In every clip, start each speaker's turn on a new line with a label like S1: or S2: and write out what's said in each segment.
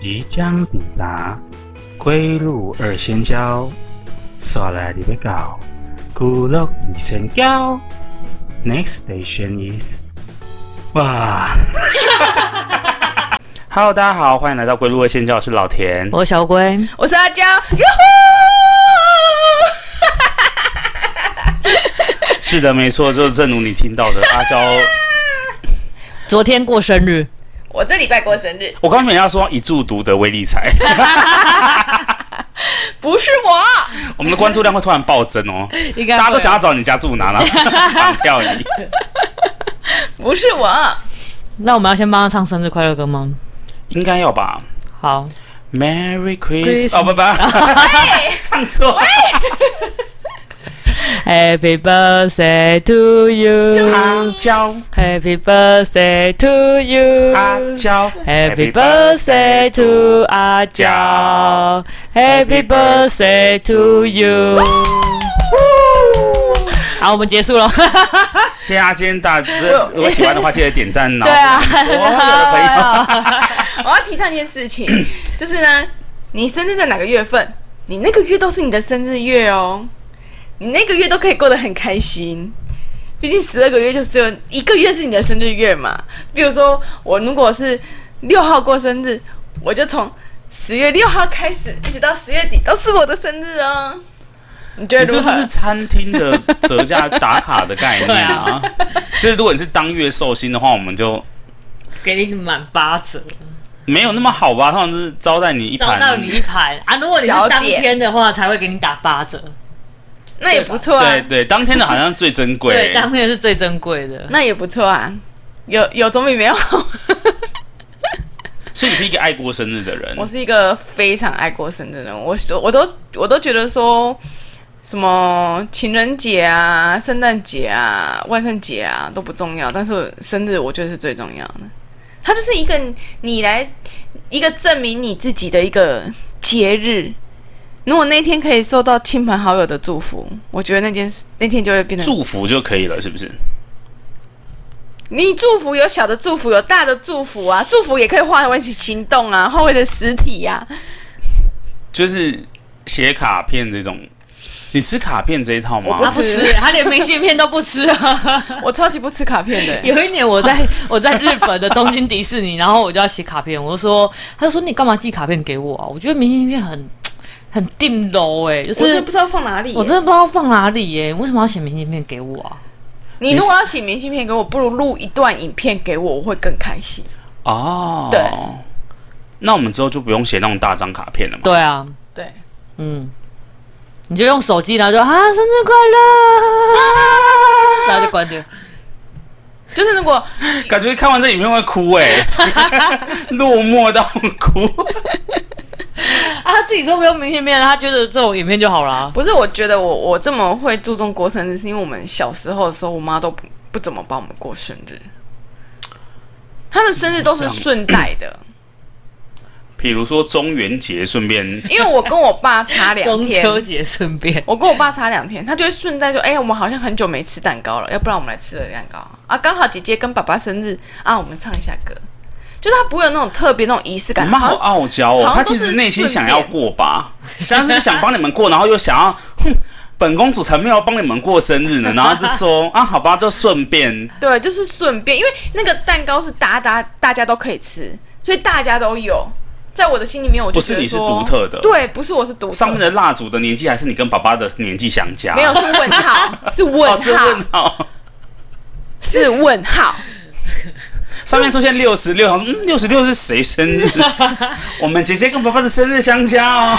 S1: 即将抵达归路二仙交，刷来你要到古乐二仙交。Next station is，哇 ！Hello，大家好，欢迎来到归路二仙交，我是老田。
S2: 我是小龟，
S3: 我是阿娇，哟
S1: 是的，没错，就是正如你听到的，阿娇。
S2: 昨天过生日，
S3: 我这礼拜过生日，
S1: 我刚本要说一注独得威力财，
S3: 不是我，
S1: 我们的关注量会突然暴增哦，
S2: 应
S1: 大家都想要找你家住拿 了，绑票你。
S3: 不是我，
S2: 那我们要先帮他唱生日快乐歌吗？
S1: 应该要吧
S2: 好，
S1: ？Merry
S2: Christmas
S1: Christmas！哦，不不，
S2: 哎
S1: 唱错。
S2: Happy birthday to you.
S1: 阿娇，
S2: Happy birthday to
S1: 阿
S2: you.
S1: 娇
S2: Happy birthday to 阿娇。Happy birthday to you. 好，我们结束了。
S1: 谢谢阿坚大，这如果喜欢的话记得点赞哦。
S2: 对啊
S1: 所有的朋友，
S3: 我要提倡一件 事情，就是呢，你生日在哪个月份，你那个月都是你的生日月哦，你那个月都可以过得很开心。毕竟十二个月就只有一个月是你的生日月嘛。比如说我如果是六号过生日，我就从十月六号开始，一直到十月底都是我的生日哦。你觉得
S1: 你这
S3: 如何？
S1: 就是餐厅的折价打卡的概念啊。就是如果你是当月寿星的话，我们就
S2: 给你满八折，
S1: 没有那么好吧？他们是招待你一
S2: 找
S1: 盘，
S2: 到你一盘啊！如果你是
S3: 小
S2: 当
S3: 点
S2: 天的话，才会给你打八折。
S3: 那也不错啊。
S1: 对对，当天的好像最珍贵。
S2: 对，当天是最珍贵的。
S3: 那也不错啊，有有总比没有好。
S1: 所以你是一个爱过生日的人
S3: 我。是一个非常爱过生日的人，我我都我都觉得说什么情人节啊、圣诞节啊、万圣节啊都不重要，但是生日我觉得是最重要的。它就是一个你来一个证明你自己的一个节日。如果那天可以受到亲朋好友的祝福，我觉得那件事那天就会变得
S1: 祝福就可以了，是不是？
S3: 你祝福有小的祝福，有大的祝福啊，祝福也可以化为行动啊，化为的实体 呀、啊。
S1: 就是写卡片这种，你吃卡片这一套吗
S3: 我不
S2: 他？不吃，他连明信片都不吃啊！
S3: 我超级不吃卡片的、
S2: 有一年我在我在日本的东京迪士尼，然后我就要写卡片，我就说，他就说你干嘛寄卡片给我啊？我觉得明信片很很定楼哎、就
S3: 我真的
S2: 是
S3: 不知道放哪里耶、
S2: 我真的不知道放哪里耶、为什么要写明信片给我啊？
S3: 你如果要写明信片给我，不如录一段影片给我，我会更开心。
S1: 哦，
S3: 对，
S1: 那我们之后就不用写那种大张卡片了嘛。
S2: 对啊，
S3: 对，
S2: 嗯，你就用手机，然后就啊生日快 乐，然后就 关掉。啊
S3: 就是如果
S1: 感觉看完这影片会哭哎、 落寞到哭。
S2: 啊，他自己说不用明信片，他觉得这种影片就好啦。
S3: 不是，我觉得我我这么会注重过生日，是因为我们小时候的时候，我妈都不不怎么帮我们过生日，她的生日都是顺带的，
S1: 比如说中元节，顺便
S3: 因为我跟我爸差两
S2: 中
S3: 天，
S2: 秋节顺便，
S3: 我跟我爸差两天，他就会顺带就哎、我们好像很久没吃蛋糕了，要不然我们来吃个蛋糕啊啊！刚好姐姐跟爸爸生日啊，我们唱一下歌，就是他不会有那种特别那种仪式
S1: 你
S3: 感。
S1: 妈好
S3: 好
S1: 傲娇哦，
S3: 好
S1: 她
S3: 像都
S1: 其
S3: 是
S1: 实内心想要过吧，但是想帮你们过，然后又想要，哼，本公主才没有帮你们过生日呢，然后就说啊，好吧，就顺便。
S3: 对，就是顺便，因为那个蛋糕是大大大家都可以吃，所以大家都有。在我的心里面，我
S1: 不
S3: 就
S1: 是
S3: 觉得
S1: 你是
S3: 说
S1: 独特的
S3: 对，不是我是独特
S1: 上面的蜡烛的年纪还是你跟爸爸的年纪相加？
S3: 没有是 问号，是问
S1: 哦，
S3: 号，
S1: 是问号。
S3: 是问号。
S1: 上面出现六十六，想说嗯，六十六是谁生日？我们姐姐跟爸爸的生日相加哦。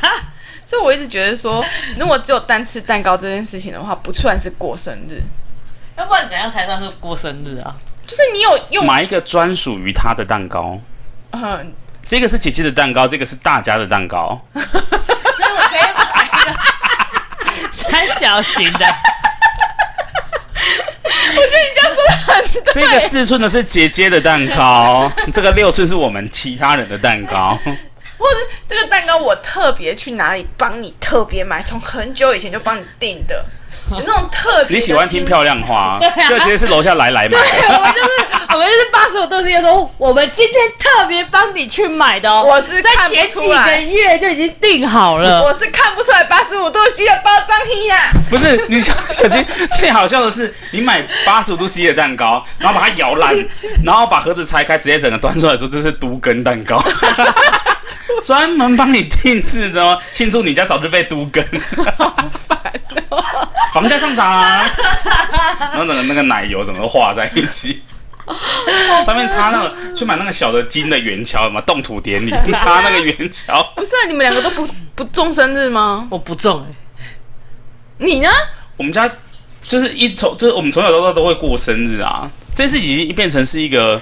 S3: 所以我一直觉得说，如果只有单吃蛋糕这件事情的话，不算是过生日，
S2: 要不然怎样才算是过生日啊？
S3: 就是你有用，
S1: 买一个专属于她的蛋糕，
S3: 嗯、
S1: 这个是姐姐的蛋糕，这个是大家的蛋糕。
S2: 所以我可以买一个三角形的，
S1: 这个四寸的是姐姐的蛋糕，这个六寸是我们其他人的蛋糕。
S3: 或者这 个蛋糕我特别去哪里帮你特别买，从很久以前就帮你订的，有那种特别。
S1: 你喜欢听？漂亮话，这其实是楼下来来买的。
S2: 我们就是我们就是八十五度 C 的时候，我们今天特别帮你去买的哦。
S3: 我是
S2: 在
S3: 看
S2: 前
S3: 不
S2: 几
S3: 出
S2: 个
S3: 来，
S2: 月就已经订好了。
S3: 我是看不出来八十五度 C 的包装皮呀、
S1: 不是你小小金最好笑的是，你买八十五度 C 的蛋糕，然后把它摇烂，然后把盒子拆开，直接整个端出来说这是都根蛋糕， 专门帮你定制的哦，庆祝你家早日被都根。哦房价上涨、啊，然后整个那个奶油怎么都化在一起，上面插那个去买那个小的金的圆锹嘛，动土典礼插那个圆锹，
S3: 不是啊，你们两个都不不中生日吗？
S2: 我不中哎、
S3: 你呢？
S1: 我们家就是一从就是我们从小到大都会过生日啊，这次已经变成是一个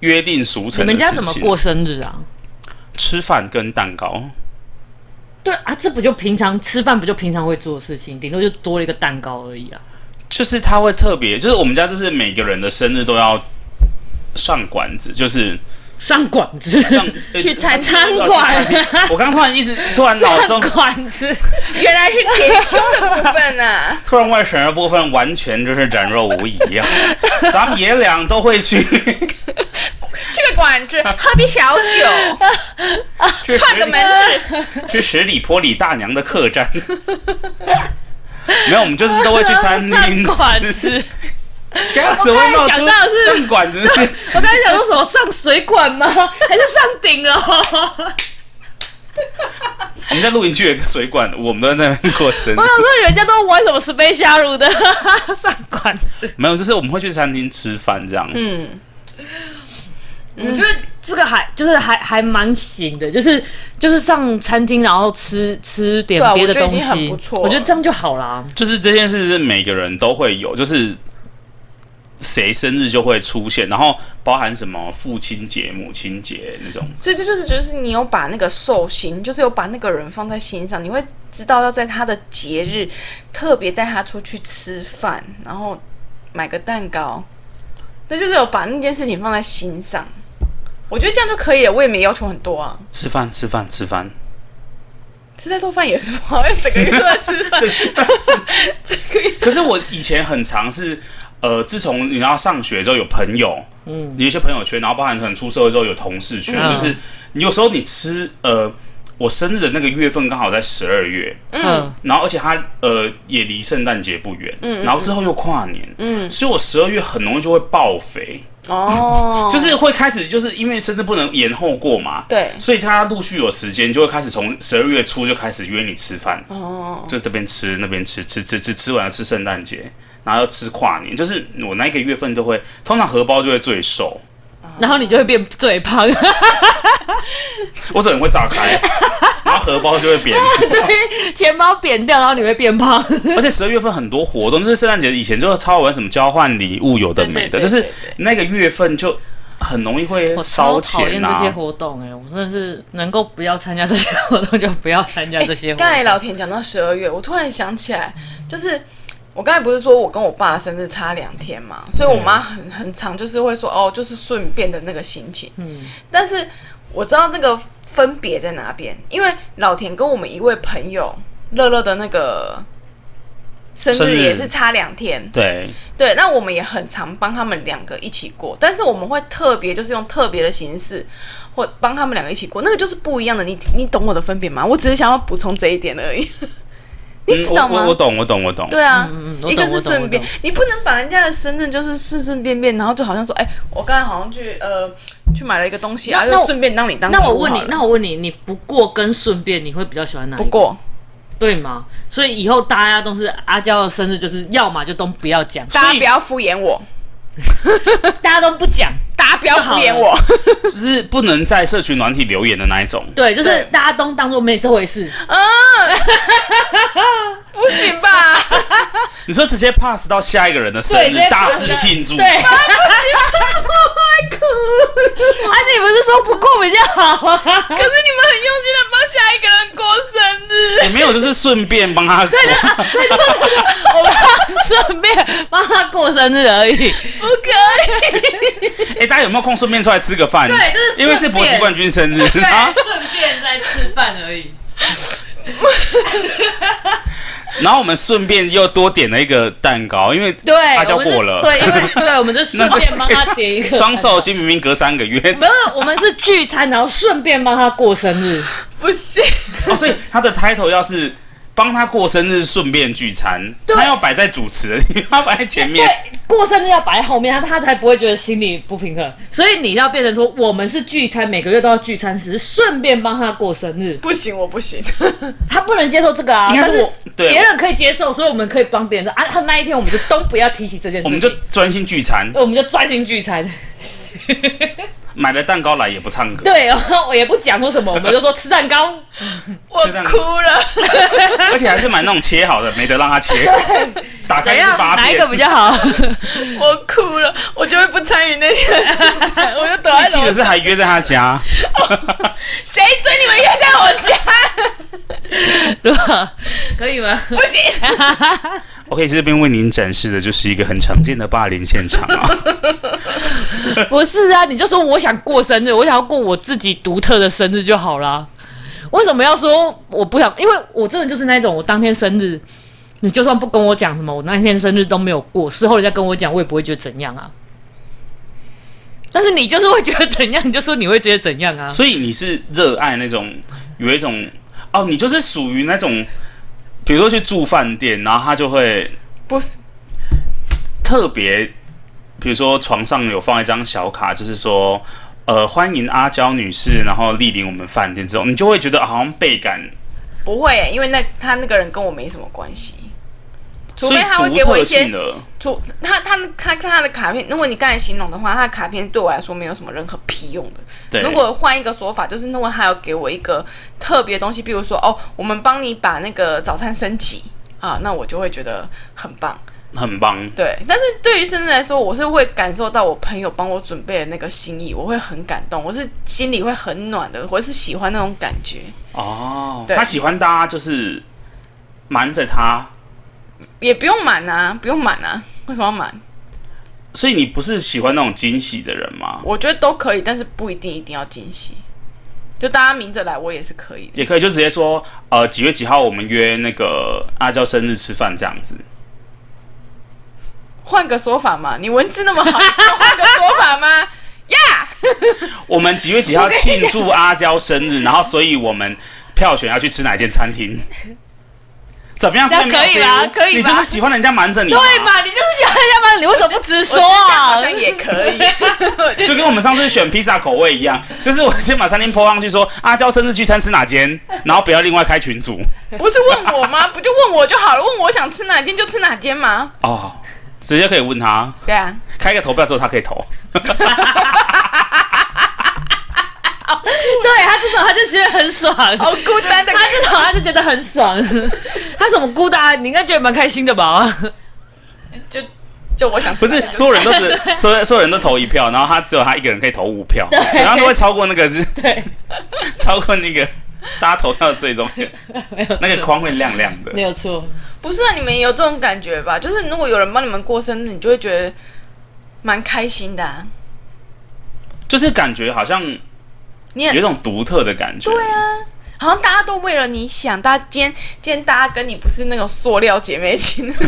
S1: 约定俗
S2: 你
S1: 成的
S2: 们
S1: 事
S2: 家
S1: 情。
S2: 怎么过生日啊？
S1: 吃饭跟蛋糕，
S2: 对啊，这不就平常吃饭不就平常会做的事情，顶多就多了一个蛋糕而已啊。
S1: 就是他会特别，就是我们家就是每个人的生日都要上馆子，就是
S2: 上馆子，
S1: 上
S3: 去餐厅
S1: 餐
S2: 餐
S1: 厅
S2: 馆，
S1: 我刚突然一直突然脑 中
S2: 上馆子，
S3: 原来是甜胸的部分啊！
S1: 突然外省的部分完全就是展若无遗 呀、啊，咱们爷俩都会去
S3: 去个馆子喝杯 小酒，
S1: 去
S3: 串
S1: 十
S3: 个
S1: 里
S3: 门子，
S1: 去十里坡李大娘的客栈。 没有，我们就是都会去餐厅
S2: 上馆
S1: 吃。
S2: 子。
S1: 刚怎么会冒
S2: 我刚才
S1: 出
S2: 想到的是
S1: 上馆子那边吃
S2: 我刚才想说什么上水管 吗？还是上顶楼？
S1: 我们在露营区有一个水管，我们都在那边过生日
S2: 我。想说人家都玩什么 space shuttle 的 上馆子，
S1: 没有，就是我们会去餐厅吃饭这样。
S3: 嗯，
S2: 我觉得这个还就是还还蛮行的，就是就是上餐厅然后吃吃点
S3: 对啊
S2: 别的
S3: 我觉得已
S2: 东
S3: 经
S2: 西，
S3: 很不错了
S2: 我觉得这样就好啦。
S1: 就是这件事是每个人都会有，就是谁生日就会出现，然后包含什么父亲节、母亲节那种。
S3: 所以这就是就是你有把那个寿星，就是有把那个人放在心上，你会知道要在他的节日特别带他出去吃饭，然后买个蛋糕，这就是有把那件事情放在心上。我觉得这样就可以了，我也没要求很多啊。
S1: 吃饭，吃饭，吃饭。
S3: 吃太多饭也是不好，因为整个月都在啊吃饭。整个月
S1: 可是我以前很常是，呃，自从你要上学之后有朋友，嗯，有一些朋友圈，然后包含可能出社会之后有同事圈，
S2: 嗯
S1: 就是你有时候你吃，呃，我生日的那个月份刚好在十二月，
S2: 嗯，
S1: 然后而且它呃也离圣诞节不远，嗯，然后之后又跨年，嗯，所以我十二月很容易就会爆肥，
S3: 哦，
S1: 就是会开始就是因为生日不能延后过嘛，
S3: 对
S1: 所以他陆续有时间就会开始从十二月初就开始约你吃饭，
S3: 哦，
S1: 就这边吃那边吃，吃吃吃吃完要吃圣诞节，然后要吃跨年，就是我那一个月份都会，通常荷包就会最瘦，
S2: 然后你就会变最 胖，
S1: 我整个人会炸 开，然后荷包就会扁。
S2: 钱包扁掉，然后你会变 胖。
S1: 而且十二月份很多活动，就是圣诞节以前就超玩什么交换礼物，有的没的，
S3: 对对对
S1: 就是
S3: 对
S1: 那个月份就很容易会
S2: 我
S1: 烧
S2: 超讨厌
S1: 钱
S2: 这些
S1: 啊。
S2: 活动哎、我真的是能够不要参加这些活动就不要参加这些活
S3: 哎刚才
S2: 动。
S3: 老田讲到十二月，我突然想起来，就是我刚才不是说我跟我爸生日差两天嘛，所以我
S2: 嗯
S3: 妈很很常就是会说哦，就是顺便的那个心情。嗯，但是我知道那个分别在哪边，因为老田跟我们一位朋友乐乐的那个生
S1: 生
S3: 日
S1: 日
S3: 也是差两天，
S1: 对，
S3: 对，那我们也很常帮他们两个一起过，但是我们会特别就是用特别的形式，或帮他们两个一起过，那个就是不一样的。你你懂我的分别吗？我只是想要补充这一点而已。 你知道
S1: 嗯、
S3: 吗？
S1: 我我懂，我懂，我懂。
S3: 对啊，
S2: 嗯嗯我
S3: 一个
S2: 懂我
S3: 是
S2: 懂我
S3: 顺便
S2: 懂，
S3: 你不能把人家的生日就是顺顺便便，然后就好像说，哎、我刚才好像去呃去买了一个东西啊，
S2: 那那我
S3: 就顺便让你当
S2: 那我
S3: 礼物
S2: 问你
S3: 好，了
S2: 那我问你，你不过跟顺便，你会比较喜欢哪一
S3: 不
S2: 个？
S3: 过
S2: 对吗？所以以后大家都是阿娇的生日，就是要么就都不要讲，
S3: 大家不要敷衍我，
S2: 大家都不讲。
S3: 大家不要敷衍
S2: 就好
S3: 我，
S1: 只是不能在社群软体留言的那一种。
S2: 对，就是
S3: 对
S2: 大家都当做没这回事。
S3: 不行吧？
S1: 你说直接 pass 到下一个人的生
S2: 对，
S1: 日
S2: 直接
S1: 大
S2: 不
S1: 肆
S2: 讲
S1: 庆祝，
S2: 对，我会哭。 啊，你不是说不过比较好吗？
S3: 可是你们很用心的帮下一个人过生日。
S1: 也没有就是顺便帮他。
S2: 我们要顺便帮他过生日而已。
S3: 不可以。
S1: 哎、大家有没有空顺便出来吃个饭？
S2: 对就是顺
S1: 因
S2: 便
S1: 为是搏击冠军生日啊。
S2: 顺便在吃饭而已。
S1: 然后我们顺便又多点了一个蛋糕，因为
S2: 对，
S1: 他交
S2: 我们是
S1: 过了
S2: 对，因为对，我们 就顺便帮他点一个
S1: 双寿星明明隔三个月，
S2: 没有，我们是聚餐，然后顺便帮他过生日。
S3: 不行，
S1: 哦，所以他的 title 要是帮他过生日，顺便聚餐，
S2: 对
S1: 他要摆在主持人， 他摆在前
S2: 对
S1: 面。，
S2: 过生日要摆在后面，他他才不会觉得心里不平衡。所以你要变成说，我们是聚餐，每个月都要聚餐，只是顺便帮他过生日，
S3: 不行，我不行。
S2: 他不能接受这个啊。
S1: 应该是我
S2: 但
S1: 对
S2: 是别人可以接受，所以我们可以帮别人说啊，他那一天我们就都不要提起这件事情，
S1: 我们就专心聚餐，
S2: 对我们就专心聚餐。
S1: 买了蛋糕来也不唱歌，
S2: 对，然后我也不讲或什么，我们就说吃蛋糕，
S3: 我
S1: 吃蛋糕
S3: 哭了，
S1: 而且还是买那种切好的，没得让他 切，打
S2: 怎
S1: 开
S2: 样？
S1: 是八
S2: 哪一个
S1: 片。
S2: 比较好？
S3: 我哭了，我就会不参与那天的聚餐，我就躲在
S1: 气
S3: 楼
S1: 的。是还约在他家，
S3: 谁准你们约在我家？
S2: 对吧？可以吗？
S3: 不行，
S1: 我可以这边为您展示的就是一个很常见的霸凌现场啊。
S2: 不是啊，你就说我想过生日，我想要过我自己独特的生日就好啦。为什么要说我不想？因为我真的就是那种，我当天生日，你就算不跟我讲什么，我那天生日都没有过，事后人家跟我讲，我也不会觉得怎样啊。但是你就是会觉得怎样，你就说你会觉得怎样啊？
S1: 所以你是热爱那种有一种哦，你就是属于那种，比如说去住饭店，然后他就会
S3: 不是，
S1: 特别，比如说床上有放一张小卡，就是说，呃，欢迎阿娇女士，然后莅临我们饭店之后，你就会觉得好像倍感，
S3: 不会耶，因为那他那个人跟我没什么关系，除
S1: 所
S3: 非
S1: 以
S3: 他会
S1: 独
S3: 给我一
S1: 特
S3: 些
S1: 性的。
S3: 除他他他他的卡片，如果你刚才形容的话，他的卡片对我来说没有什么任何屁用的。
S1: 对，
S3: 如果换一个说法，就是那我还要给我一个特别东西，比如说哦，我们帮你把那个早餐升级啊，那我就会觉得很棒。
S1: 很棒，
S3: 对，但是对于生日来说，我是会感受到我朋友帮我准备的那个心意，我会很感动，我是心里会很暖的，我是喜欢那种感觉，
S1: 哦，
S3: 对
S1: 他喜欢大家就是瞒着他，
S3: 也不用满啊，不用满啊，为什么要满？
S1: 所以你不是喜欢那种惊喜的人吗？
S3: 我觉得都可以，但是不一定一定要惊喜，就大家明着来，我也是可以的。
S1: 也可以就直接说，呃，几月几号我们约那个阿娇生日吃饭这样子。
S3: 换个说法嘛，你文字那么好，你就换个说法吗？ 呀、
S1: 我们几月几号庆祝阿娇生日，然后所以我们票选要去吃哪间餐厅。怎么样？
S2: 这样
S1: 是不是没有
S2: 可以吧
S1: feel？
S2: 可以吧
S1: 你就是喜欢人家瞒着你，
S2: 对？嘛？你就是想要嘛？你为什么不直
S3: 我
S2: 说
S3: 觉得这样
S2: 啊
S3: 好？像也可以。
S1: 就跟我们上次选披萨口味一样，就是我先把餐厅 po 上去说阿娇生日聚餐吃哪间，然后不要另外开群组。
S3: 不是问我吗？不就问我就好了，问我想吃哪间就吃哪间嘛。
S1: 哦，直接可以问他，
S3: 对啊，
S1: 开个投票之后他可以投。
S2: 对他这种他就觉得很爽，
S3: 好孤单的
S2: 他。这种他就觉得很爽， 他什么孤单？啊你应该觉得蛮开心的吧？
S3: 就就我想吃
S1: 不是所有人都只 所有所有人都投一票，然后他只有他一个人可以投五票，怎样都会超过那个是，
S2: 对，
S1: 超过那个大家投票的最 终那个框会亮亮的。
S2: 没有错，
S3: 不是啊？你们也有这种感觉吧？就是如果有人帮你们过生日，你就会觉得蛮开心的、啊。
S1: 就是感觉好像
S3: 你
S1: 有一
S3: 很
S1: 种独特的感觉。
S3: 对啊，好像大家都为了你想，大家今天今天大家跟你不是那种塑料姐妹情，
S1: 塑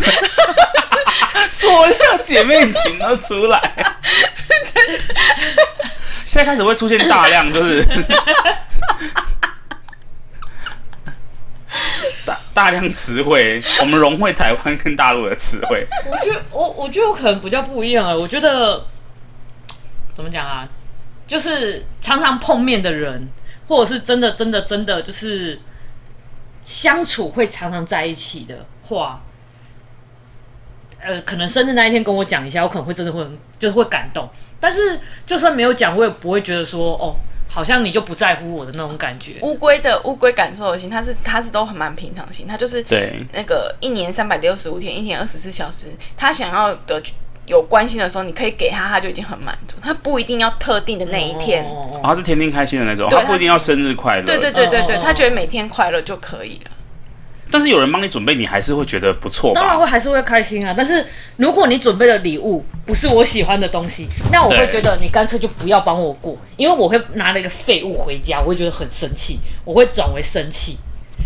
S1: 料姐妹情都出来。 现在开始会出现大量，就是 大大量词汇，我们融汇台湾跟大陆的词汇。
S2: 我觉得我我觉得我可能比较不一样啊，我觉得怎么讲啊，就是常常碰面的人，或者是真的真的真的就是相处会常常在一起的话。呃，可能生日那一天跟我讲一下，我可能会真的会很就是会感动。但是就算没有讲，我也不会觉得说哦，好像你就不在乎我的那种感觉。
S3: 乌龟的乌龟感受的心，它是它是都很蛮平常心，它就是
S1: 对，
S3: 那个一年三百六十五天，一天二十四小时，他想要的有关心的时候，你可以给他，他就已经很满足，他不一定要特定的那一天。
S2: 哦哦
S1: 然后是天天开心的那种，
S3: 对
S1: 他不一定要生日快乐。
S3: 对对对对对，
S2: 哦哦哦
S3: 他觉得每天快乐就可以了。
S1: 但是有人帮你准备，你还是会觉得不错
S2: 当然
S1: 吧？
S2: 会还是会开心啊，但是如果你准备的礼物不是我喜欢的东西，那我会
S1: 对
S2: 觉得你干脆就不要帮我过，因为我会拿了一个废物回家，我会觉得很生气，我会转为生气，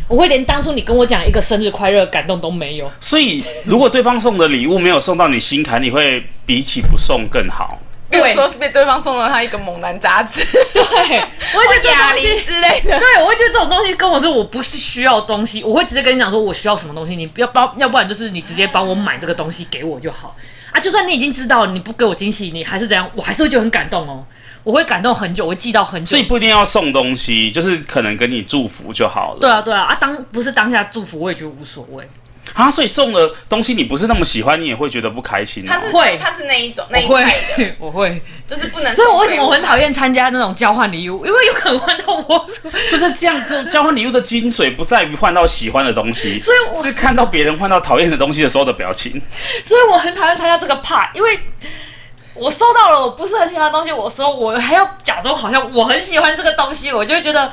S2: 我会连当初你跟我讲一个生日快乐感动都 没有。
S1: 所以如果对方送的礼物没有送到你心坎，你会比起不送更好。
S3: 比如
S2: 对
S3: 说是被对方送了他一个猛男杂志、
S2: 对，我会觉得这种
S3: 哑
S2: 东西
S3: 铃之类的。
S2: 对，我会觉得这种东西跟我说我不是需要东西，我会直接跟你讲说我需要什么东西，你不要帮，要不然就是你直接帮我买这个东西给我就好啊。就算你已经知道你不给我惊喜，你还是怎样，我还是会觉得很感动哦，我会感动很久，我会记到很久
S1: 所以。不一定要送东西，就是可能给你祝福就好了。
S2: 对啊，对啊，啊当不是当下祝福，我也觉得无所谓。
S1: 啊，所以送的东西你不是那么喜欢，你也会觉得不开心、
S3: 他
S1: 哦。
S3: 是
S2: 会
S3: 他是那一种那
S2: 我
S3: 一派的，
S2: 会， 我会。
S3: 就是不能。
S2: 所以我为什么我很讨厌参加那种交换礼物，因为有可能换到我手。
S1: 就是这样子， 交换礼物的精髓不在于换到喜欢的东西，
S2: 所以我
S1: 是看到别人换到讨厌的东西的时候的表情。
S2: 所以我很讨厌参加这个派，因为我收到了我不是很喜欢的东西，我说我还要假装好像我很喜欢这个东西，我就会觉得，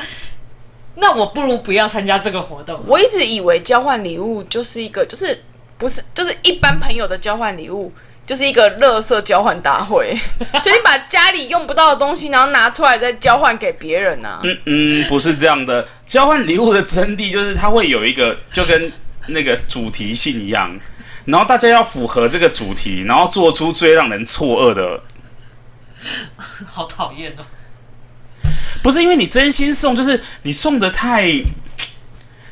S2: 那我不如不要参加这个活动。
S3: 我一直以为交换礼物就是一个，就是不是就是一般朋友的交换礼物，就是一个乐色交换大会， 就你把家里用不到的东西，然后拿出来再交换给别人啊。
S1: 嗯 嗯，不是这样的。交换礼物的真谛就是它会有一个，就跟那个主题性一样，然后大家要符合这个主题，然后做出最让人错愕的。
S2: 好讨厌 哦！
S1: 不是因为你真心送，就是你送的太，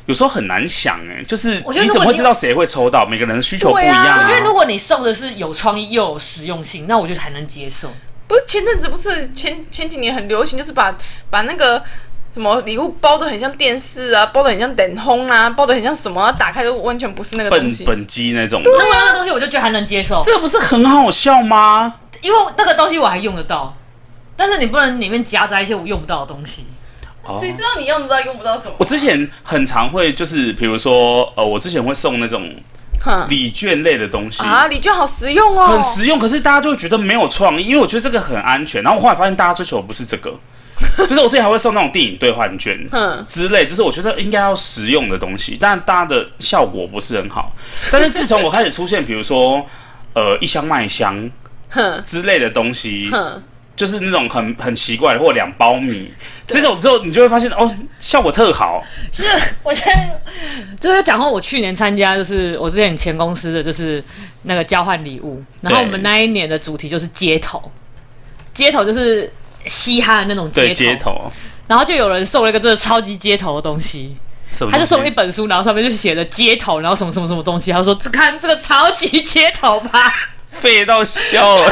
S1: 有时候很难想哎、就是
S2: 我觉得
S1: 你
S2: 如果
S1: 怎么会
S2: 你
S1: 知道谁会抽到？每个人的需求不一
S3: 对
S1: 样、
S3: 啊
S2: 我觉得如果你送的是有创意又有实用性，那我就还能接受。
S3: 不是前阵子不是前前几年很流行，就是把把那个什么礼物包的很像电视啊，包的很像等轰啊，包的很像什么，然后打开就完全不是那个东
S1: 笨
S3: 西。
S1: 笨鸡那种的，
S2: 那那个东西我就觉得还能接受，
S1: 这不是很好笑吗？
S2: 因为那个东西我还用得到，但是你不能里面夹杂一些我用不到的东西。哦
S3: 谁知道你用得到用不到什么？
S1: 我之前很常会就是，比如说，呃，我之前会送那种
S3: 哼
S1: 礼券类的东西，
S3: 啊，礼券好实用哦，
S1: 很实用，可是大家就会觉得没有创意，因为我觉得这个很安全。然后我后来发现大家追求的不是这 个，就是我之前还会送那种电影兑换券
S3: 嗯
S1: 之类，就是我觉得应该要实用的东西，但大家的效果不是很好。但是自从我开始出现，比如说呃一箱麦香
S3: 哼
S1: 之类的东西，
S3: 哼。
S1: 就是那种很很奇怪的，或两包米这种之后，你就会发现哦，效果特好。
S2: 我现在 就是讲过，我去年参加就是我之前前公司的就是那个交换礼物，然后我们那一年的主题就是街头，街头就是嘻哈的那种街
S1: 对，
S2: 头，
S1: 街头
S2: 然后就有人送了一个真的超级街头的东西，
S1: 什么
S2: 他
S1: 东
S2: 就
S1: 西？
S2: 送了一本书，然后上面就写着街头，然后什么什么什么东西，他说这看这个超级街头 吧，
S1: 废到 笑了。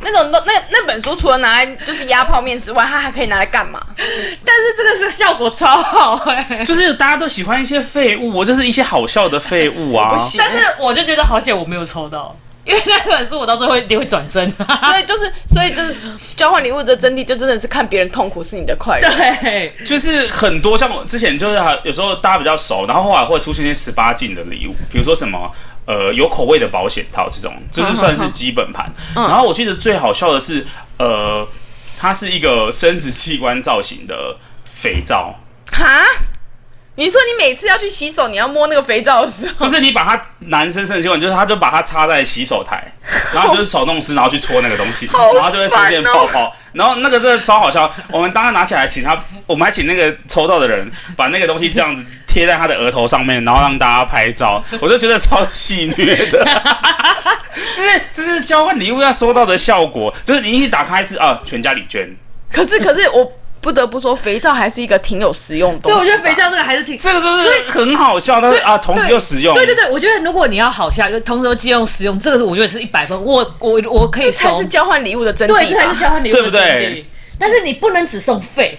S3: 那种那那那本书除了拿来就是压泡面之外，它还可以拿来干嘛？
S2: 但是这个是效果超好哎、
S1: 就是大家都喜欢一些废物，我就是一些好笑的废物啊
S3: 不。行，
S2: 但是我就觉得好险我没有抽到，因为那本书我到最后一定会转正。啊
S3: 所以就是所以就是交换礼物的真谛，就真的是看别人痛苦是你 的快乐。
S2: 对，
S1: 就是很多像我之前就是还有时候大家比较熟，然后后来会出现一些十八禁的礼物，比如说什么呃有口味的保险套这种，就是算是基本盘。然后我记得最好笑的是，呃，它是一个生殖器官造型的肥皂，
S3: 哈，你说你每次要去洗手，你要摸那个肥皂的时候，
S1: 就是你把它男生生殖器官，就是他就把它插在洗手台，然后就是手弄湿，然后去搓那个东西，
S3: 好
S1: 然后就会出现
S3: 烦哦
S1: 泡泡。然后那个真的超好笑，我们当然拿起来，请他，我们还请那个抽到的人把那个东西这样子贴在他的额头上面，然后让大家拍照，我就觉得超戏虐的。 这是这是交换礼物要收到的效果，就是你一打开是啊，全家礼券，
S3: 可是可是我不得不说，肥皂还是一个挺有实用的东
S2: 对，
S3: 西。
S2: 我觉得肥。皂这个还是挺。
S1: 这个就是很好笑，但是啊，同时又实用。
S2: 对对对，我觉得如果你要好笑，又同时又既用实用，这个是我觉得是一百分，我我我可以
S3: 这才
S2: 收
S3: 是。交换礼物的真
S2: 对，这
S3: 谛
S2: 才是
S3: 吧，
S2: 交换礼物的
S1: 对不对
S2: 真谛？但是你不能只送废，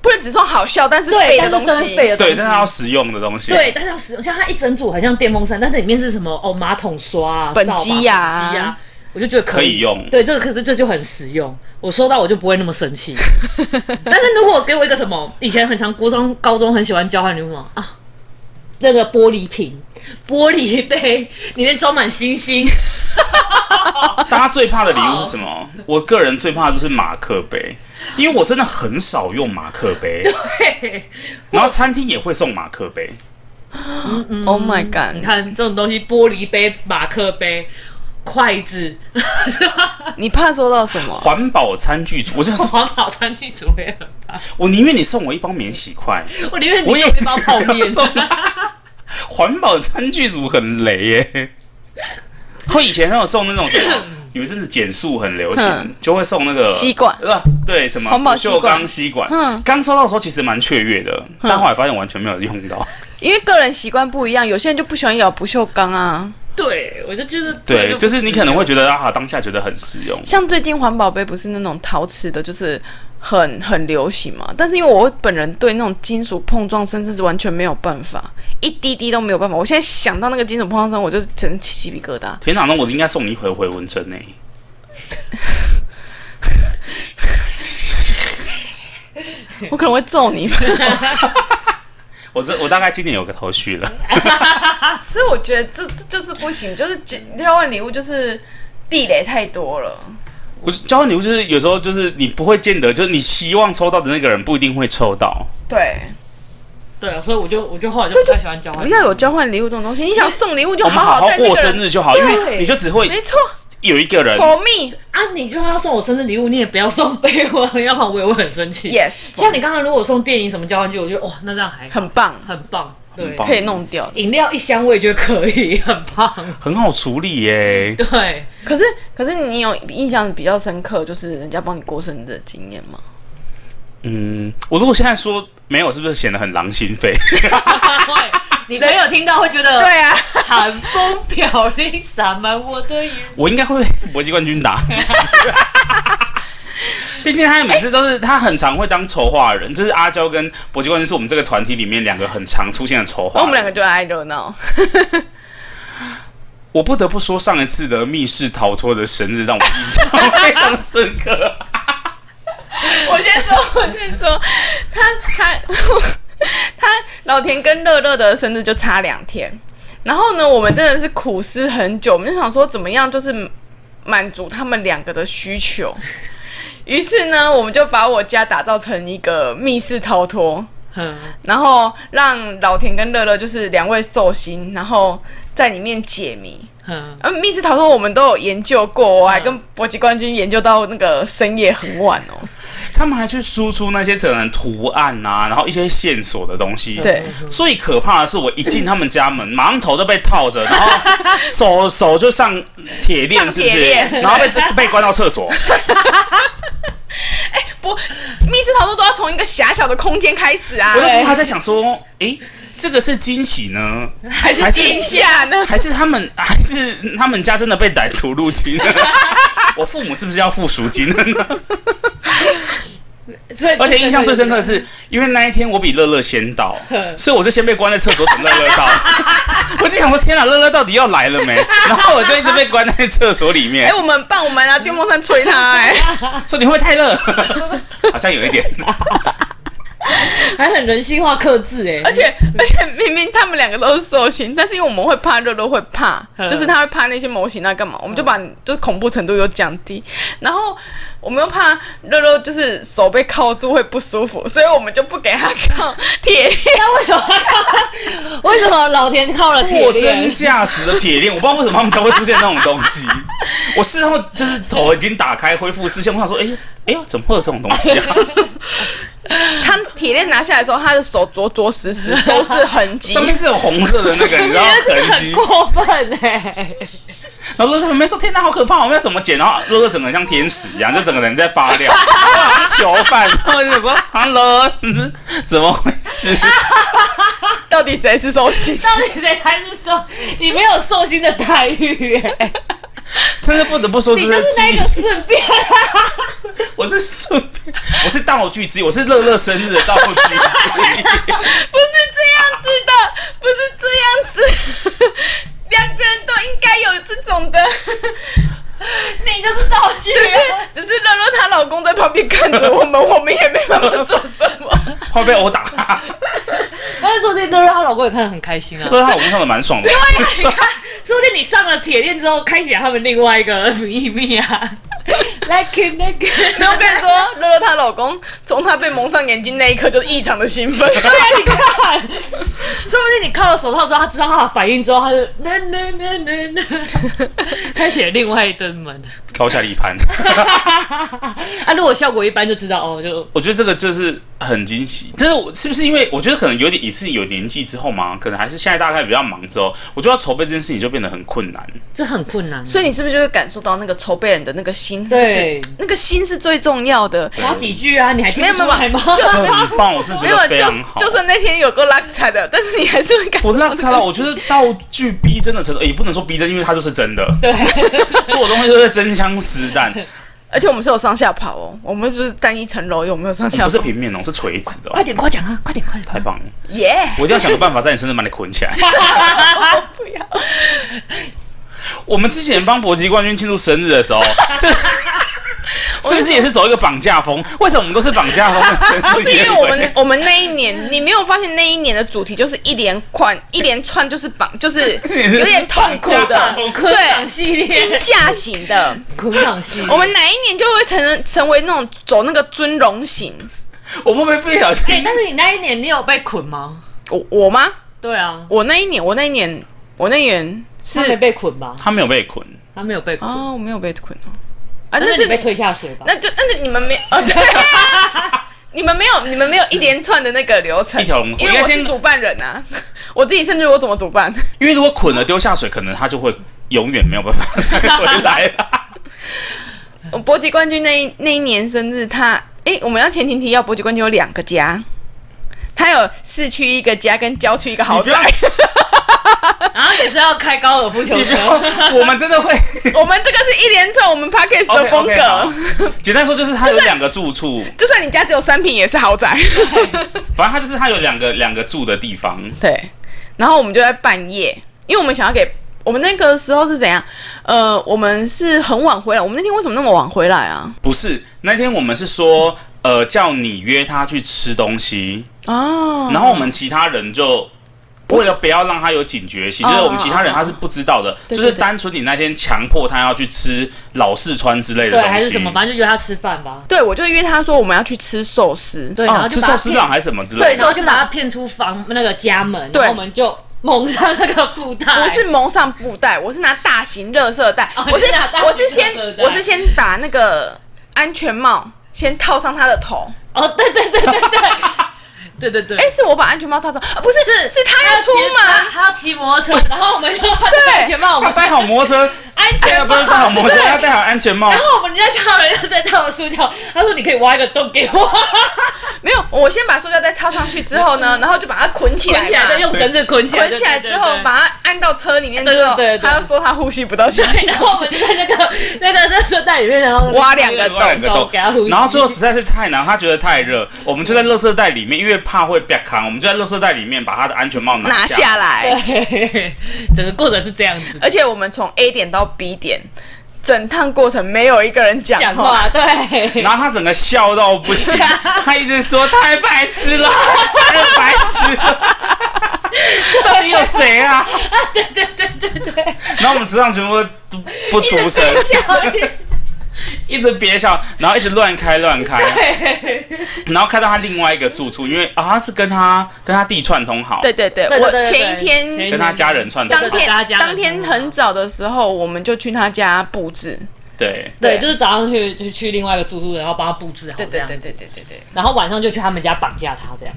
S3: 不能只送好笑但是
S2: 对，
S3: 废
S2: 但
S3: 的
S2: 是
S3: 东
S2: 真
S3: 西。
S2: 废的东
S1: 对
S2: 西。
S1: 但是它要实用的东西。
S2: 对，但是要使用，像它一整组很像电风扇，但是里面是什么？哦，马桶刷、啊、
S3: 本
S2: 扫把
S3: 机呀
S2: 本机呀我就觉得可以
S1: 可以用
S2: 对，这个可是这就很实用，我收到我就不会那么 生气。但是如果给我一个什么，以前很常国中、高中很喜欢交换礼物嘛啊，那个玻璃瓶、玻璃杯里面装满星星，
S1: 大家最怕的礼物是什么？我个人最怕的就是马克杯，因为我真的很少用马克杯，
S2: 嘿
S1: 然后餐厅也会送马克杯，
S3: Oh my
S2: 嗯你
S3: god！
S2: 看这种东西，玻璃杯、马克杯。筷子、
S3: 你怕收到什么？
S1: 环保餐具组，我就说，
S2: 环保餐具组也很棒。
S1: 我宁愿你送我一包免洗筷，
S2: 我宁愿你
S1: 我也。
S2: 送一包泡面
S1: 送 环保餐具组很雷耶。会以前还有送那种什么， 有一阵子减速很流行
S3: 嗯，
S1: 就会送那个
S3: 吸管
S1: 呃，对，什么
S3: 环保
S1: 不
S3: 吸
S1: 锈
S3: 管
S1: 钢吸管。
S3: 嗯
S1: 刚收到的时候其实蛮雀跃的，但后来发现完全没有用到。
S3: 因为个人习惯不一样，有些人就不喜欢咬不锈钢啊。
S2: 对，我就觉得
S1: 对，
S2: 不
S1: 就是你可能会觉得啊，当下觉得很实用。
S3: 像最近环保杯不是那种陶瓷的，就是很很流行嘛。但是因为我本人对那种金属碰撞声，甚至完全没有办法，一滴滴都没有办法。我现在想到那个金属碰撞声，我就整起鸡皮 疙瘩。
S1: 天哪，那我应该送你一回回纹针呢。
S3: 我可能会揍你吧。
S1: 我这我大概今年有个头绪了。
S3: 所以我觉得这这就是不行，就是交换礼物就是地雷太多了。
S1: 我交换礼物就是有时候就是你不会见得，就是你希望抽到的那个人不一定会抽到。
S3: 对，
S2: 对啊，所以我就我就后来
S3: 所
S2: 就
S3: 以
S2: 不
S3: 就
S2: 太喜欢交换
S3: 不。哦要有交换礼物这种东西。你想送礼物就
S1: 我们
S3: 好
S1: 好好
S3: 在那
S1: 过
S3: 个人
S1: 生，日就好，因为
S2: 对
S1: 你就只会
S3: 没错
S1: 有一个人。
S3: ，for me，yes，
S2: 啊，你就算要送我生日礼物，你也不要送杯我， 要不然我也会很生气。像你刚刚如果送电影什么交换具，我觉得哦哇，那这样还
S3: 很棒，
S2: 很棒，对
S1: 很。棒
S3: 可以弄掉。
S2: 饮料一箱我也觉得可以，很棒。
S1: 很好处理耶、
S2: 对，
S3: 可是可是你有印象比较深刻，就是人家帮你过生日的经验吗？
S1: 嗯，我如果现在说没有，是不是显得很狼心肺？
S2: 会你朋友听到会觉得
S3: 啊，
S2: 寒风飘零，洒满我的眼。
S1: 我应该 会被搏击冠军打。 毕竟他每次都是、他很常会当筹划人，就是阿娇跟搏击冠军是我们这个团体里面两个很常出现的筹划
S3: 然
S1: 人。
S3: 后哦我们两个就爱热闹。
S1: 我不得不说，上一次的密室逃脱的生日让我印象非常深 刻。
S3: 我先说，我先说，他他他老田跟乐乐的生日就差两天，然后呢，我们真的是苦思很久，我们就想说怎么样就是满足他们两个的需求。于是呢，我们就把我家打造成一个密室逃脱，
S2: 嗯，
S3: 然后让老田跟乐乐就是两位寿星，然后在里面解谜。
S2: 嗯，
S3: 嗯，密室逃脱我们都有研究过，我还跟搏击冠军研究到那个深夜很晚哦。
S1: 他们还去输出那些可能图案啊，然后一些线索的东西。
S3: 对，
S1: 最可怕的是我一进他们家门，马上头就被套着，然后手手就上铁链，
S3: 上
S1: 是不
S3: 铁
S1: 是？
S3: 链
S1: 然后被被关到厕所。
S3: 不，密室逃脱都要从一个狭小的空间开始啊
S1: 我，那时候还在想说，诶，这个是惊喜呢，
S2: 还是
S1: 还是
S3: 惊吓呢。
S1: 还是他们还是他们家真的被歹徒入侵了？我父母是不是要付赎金了呢？
S2: 所以
S1: 而且印象最深刻的是，因为那一天我比乐乐先到，所以我就先被关在厕所等乐乐到。我就想说，天哪，乐乐到底要来了没？然后我就一直被关在厕所里
S3: 哎、
S1: 面，
S3: 我们办，我们拿电风扇吹他、哎，
S1: 说你会不会太热？ 好像有一点。
S2: 还很人性化克制哎，
S3: 而且 而且明明他们两个都是寿星，但是因为我们会怕热热会怕，
S2: 嗯
S3: 就是他会怕那些模型啊干嘛，我们就把就是恐怖程度有降低，然后我们又怕热热就是手被铐住会不舒服，所以我们就不给他铐铁链。
S2: 那为什么为什么老田靠了铁
S1: 货真
S2: 链？
S1: 价实的铁链，我不知道为什么他们才会出现那种东西。 我事后就是头已经打开恢复视线，我想说，哎、哎呦，怎么会有这种东西 啊？
S3: 他铁链拿下来的时候，他的手着着实 实都是痕迹
S1: 上。面是有红色的那个，你知道痕迹。
S2: 过分哎！
S3: 欸
S1: 然后乐乐在旁边说：“天哪，好可怕！我们要怎么剪？”然后乐乐整个人像天使一样，就整个人在发 亮，好像囚犯。然后我就想说：“Hello，怎么回事
S3: 到底谁是寿 星？
S2: 到底谁才是受？你没有寿星的待遇哎，？”
S1: 真是不得不说，这
S2: 你就是
S1: 记
S2: 那
S1: 忆
S2: 个。顺便啊
S1: 我是顺便，我是道具之一，我是乐乐生日的道具 之一。
S3: 不是这样子的，不是这样子， 两个人都应该有这种的，
S2: 你就是道具
S3: 只是啊只是乐乐她老公在旁边看着我 们，我们也没办法做什么。
S1: 会被殴打。
S2: 但是说不定乐乐她老公也看得很开 心啊。
S1: 乐乐她老公唱的蛮爽的。
S2: 说不定你上了铁链之后，开启了他们另外一个秘密啊。 ，like him like him。
S3: 没有，我跟你说，乐乐她老公从她被蒙上眼睛那一刻就异常的兴奋。
S2: 对啊，你看，说不定你铐了手套之后，他知道他的反应之后，他就那那那那那，开启了另外一灯门。
S1: 高下立判。
S2: 啊，如果效果一般，就知道哦，就
S1: 我觉得这个就是很惊喜，但是我是不是因为我觉得可能有点也是有年纪之后嘛，可能还是现在大概比较忙之后，我就要筹备这件事情就变得很困难。
S2: 这很困难。 啊
S3: 所以你是不是就会感受到那个筹备人的那个心？
S2: 对
S3: 就是那个心是最重要的。
S2: 好几句啊，你还听
S3: 没有
S2: 不
S3: 没
S2: 出
S3: 有
S2: 来吗？
S3: 就
S1: 很棒，我真的
S3: 没
S1: 觉
S3: 有
S1: 得，非
S3: 就
S1: 常好。
S3: 就算那天有够拉踩的，但是你还是会感
S1: 我那差了，我觉得道具逼真的程度，也不能说逼真，因为它就是真的，
S2: 对，
S1: 所有东西都是真枪实 弹，
S3: 而且我们是有上下跑哦，我们不是单一层楼，有没有上
S1: 我
S3: 下
S1: 们不是
S3: 跑？
S1: 平面哦，是垂直的哦、
S2: 快点夸奖啊，快点快点！
S1: 太棒了！
S3: 耶！
S1: 我一定要想个办法在你身上把你捆起来。
S3: 我不要，
S1: 我们之前帮搏击冠军庆祝生日的 时候，是是不是也是走一个绑架风？为什么我们都是绑架风的生日？
S3: 哦不是因为我们 我们那一年，你没有发现那一年的主题就是一连串 一连串就是绑， 就是有点痛苦的，
S2: 捆绑
S3: 对，
S2: 系列
S3: 惊，吓型的。
S2: 捆绑系列。
S3: 我们哪一年就会成成为那种走那个尊荣型？
S1: 我们没不小心
S2: 哎、但是你那一年你有被捆吗？
S3: 我我吗？
S2: 对啊，
S3: 我那一年，我那一年，我那一年是
S2: 他没被捆吧？
S1: 他没有被捆，
S2: 他没有被捆，
S3: 哦，我没有被捆哦。
S2: 但
S3: 啊，那
S2: 是
S3: 就
S2: 你被推下水吧？
S3: 那就那就你们 没哦，对啊你们没有你们没有一连串的那个流程，
S1: 一条龙服务
S3: 因为
S1: 应该
S3: 我
S1: 先
S3: 是主办人啊， 我自己甚至我怎么主办？
S1: 因为如果捆了丢下水，可能他就会永远没有办法再回来 了。
S3: 我搏击冠军那一那一年生日他，诶，我们要前情提要，搏击冠军有两个家，他有市区一个家跟郊区一个豪
S1: 你不要
S3: 宅。
S2: 然后啊也是要开高尔夫球
S1: 你不
S2: 车，
S1: 要，我们真的会。
S3: 我们这个是一连串我们 p a c k a g e 的
S1: OK，OK，
S3: 风格
S1: 好简单说就是他有两个住处，
S3: 就算你家只有三平也是豪宅。
S1: 反正他就是他有两个两个住的地方。
S3: 对，然后我们就在半夜，因为我们想要给我们那个时候是怎样？呃，我们是很晚回来，我们那天为什么那么晚回来啊？
S1: 不是那天我们是说，呃，叫你约他去吃东西，
S2: 嗯
S3: 哦，
S1: 然后我们其他人就。为了不要让他有警觉
S2: 哦
S1: 性，就是我们其他人他是不知道的，
S3: 对
S1: 就是
S3: 对对
S1: 单纯你那天强迫他要去吃老四川之类的
S2: 对，
S1: 东西，
S2: 还是什么？反正就约他吃饭吧。
S3: 对我就约他说我们要去吃寿司，
S2: 对，然
S1: 啊，
S2: 后
S1: 吃
S2: 就把
S1: 寿
S2: 他
S1: 司
S2: 骗
S1: 郎还是什么之类的。
S3: 对
S2: 然后就把他骗出房那个家门，
S3: 对
S2: 然后我们就蒙上那个布袋。
S3: 我是蒙上布袋，我是拿大型垃圾袋，
S2: 哦
S3: 我是
S2: 你拿大型
S3: 我是先
S2: 垃圾袋
S3: 我是先把那个安全帽先套上他的头，
S2: 哦，对对对对对， 对对对。
S3: 哎、是我把安全帽套上，啊、不是是是他要出
S2: 骑他
S3: 门，
S2: 他要骑摩托 车，然后我们就安全帽，我
S1: 他
S2: 们
S1: 戴好摩 托车，
S2: 安
S1: 哎呀，
S2: 全
S1: 不
S2: 帽
S1: 是，戴好摩托车，他戴好安全 帽
S2: 然。后我们在套人又在套塑胶，他说你可以挖一个洞给我，
S3: 没有，我先把塑胶袋套上去之后呢，然后就把它捆起来
S2: 嗯捆
S3: 嘛，
S2: 起来再用绳子捆起来，
S3: 捆起来
S2: 对
S3: 之后，。把它按到车里面之后，
S2: 对对对对
S3: 他又说他呼吸不到气，
S2: 对对对然后我们就在那个那个那个袋里面，然后
S3: 挖两个
S1: 挖两个洞
S2: 给他呼吸，
S1: 然后最后实在是太难，他觉得太热，我们就在垃圾袋里面，因为怕会被扛，我们就在垃圾袋里面把他的安全帽
S3: 拿
S1: 下
S3: 下。来。
S2: 对，整个过程是这样子
S3: 而且我们从 A 点到 B 点，整趟过程没有一个人讲
S2: 讲
S3: 话。
S2: 话，对。
S1: 然后他整个笑到不行，他一直说太白痴了，太白痴了，到底有谁啊？
S2: 对对对对对，
S1: 然后我们车上全部都不出声， 一直憋笑，然后一直乱开乱开，然后开到他另外一个住处，因为啊他是跟他跟他弟串通好，
S3: 对对对，
S2: 对对
S3: 我
S2: 对对
S3: 前一
S2: 前一
S3: 天。
S1: 跟他家人串通
S3: 当
S1: 好，
S2: 对对对大
S3: 天
S2: 家
S3: 当天
S2: 很好
S3: 很早的时候，我们就去他家布置。
S2: 哦
S1: 对。
S2: 对，就是早上去就去另外一个住宿，然后帮他布置好
S3: 对
S2: 这
S3: 对
S2: 样，
S3: 对对对对对，
S2: 然后晚上就去他们家绑架他这样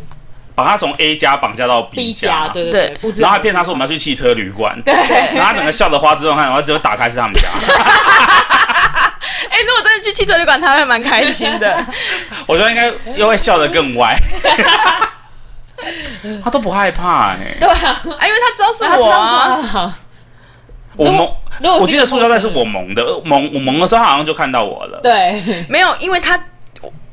S1: 把他从 A 家绑架到 B
S2: 逼
S1: 家，
S2: 家，对
S3: 对
S2: 对，布置好。
S1: 然后还骗他说我们要去汽车旅馆，然后他整个笑得花枝乱颤，然后就打开是他们家，
S3: 哎，如果真的去汽车旅馆，他会蛮开心 的。啊
S1: 我觉得应该又会笑得更歪，他都不害怕哎、
S2: 对啊，
S3: 啊，因为他知道是
S2: 他知
S3: 我
S2: 道
S3: 啊。
S2: 啊，
S1: 我
S2: 如
S1: 蒙
S2: 果如果，是
S1: 我记得塑胶袋是我蒙的，呃蒙我蒙的时候他好像就看到我了，
S2: 对，
S3: 没有，因为他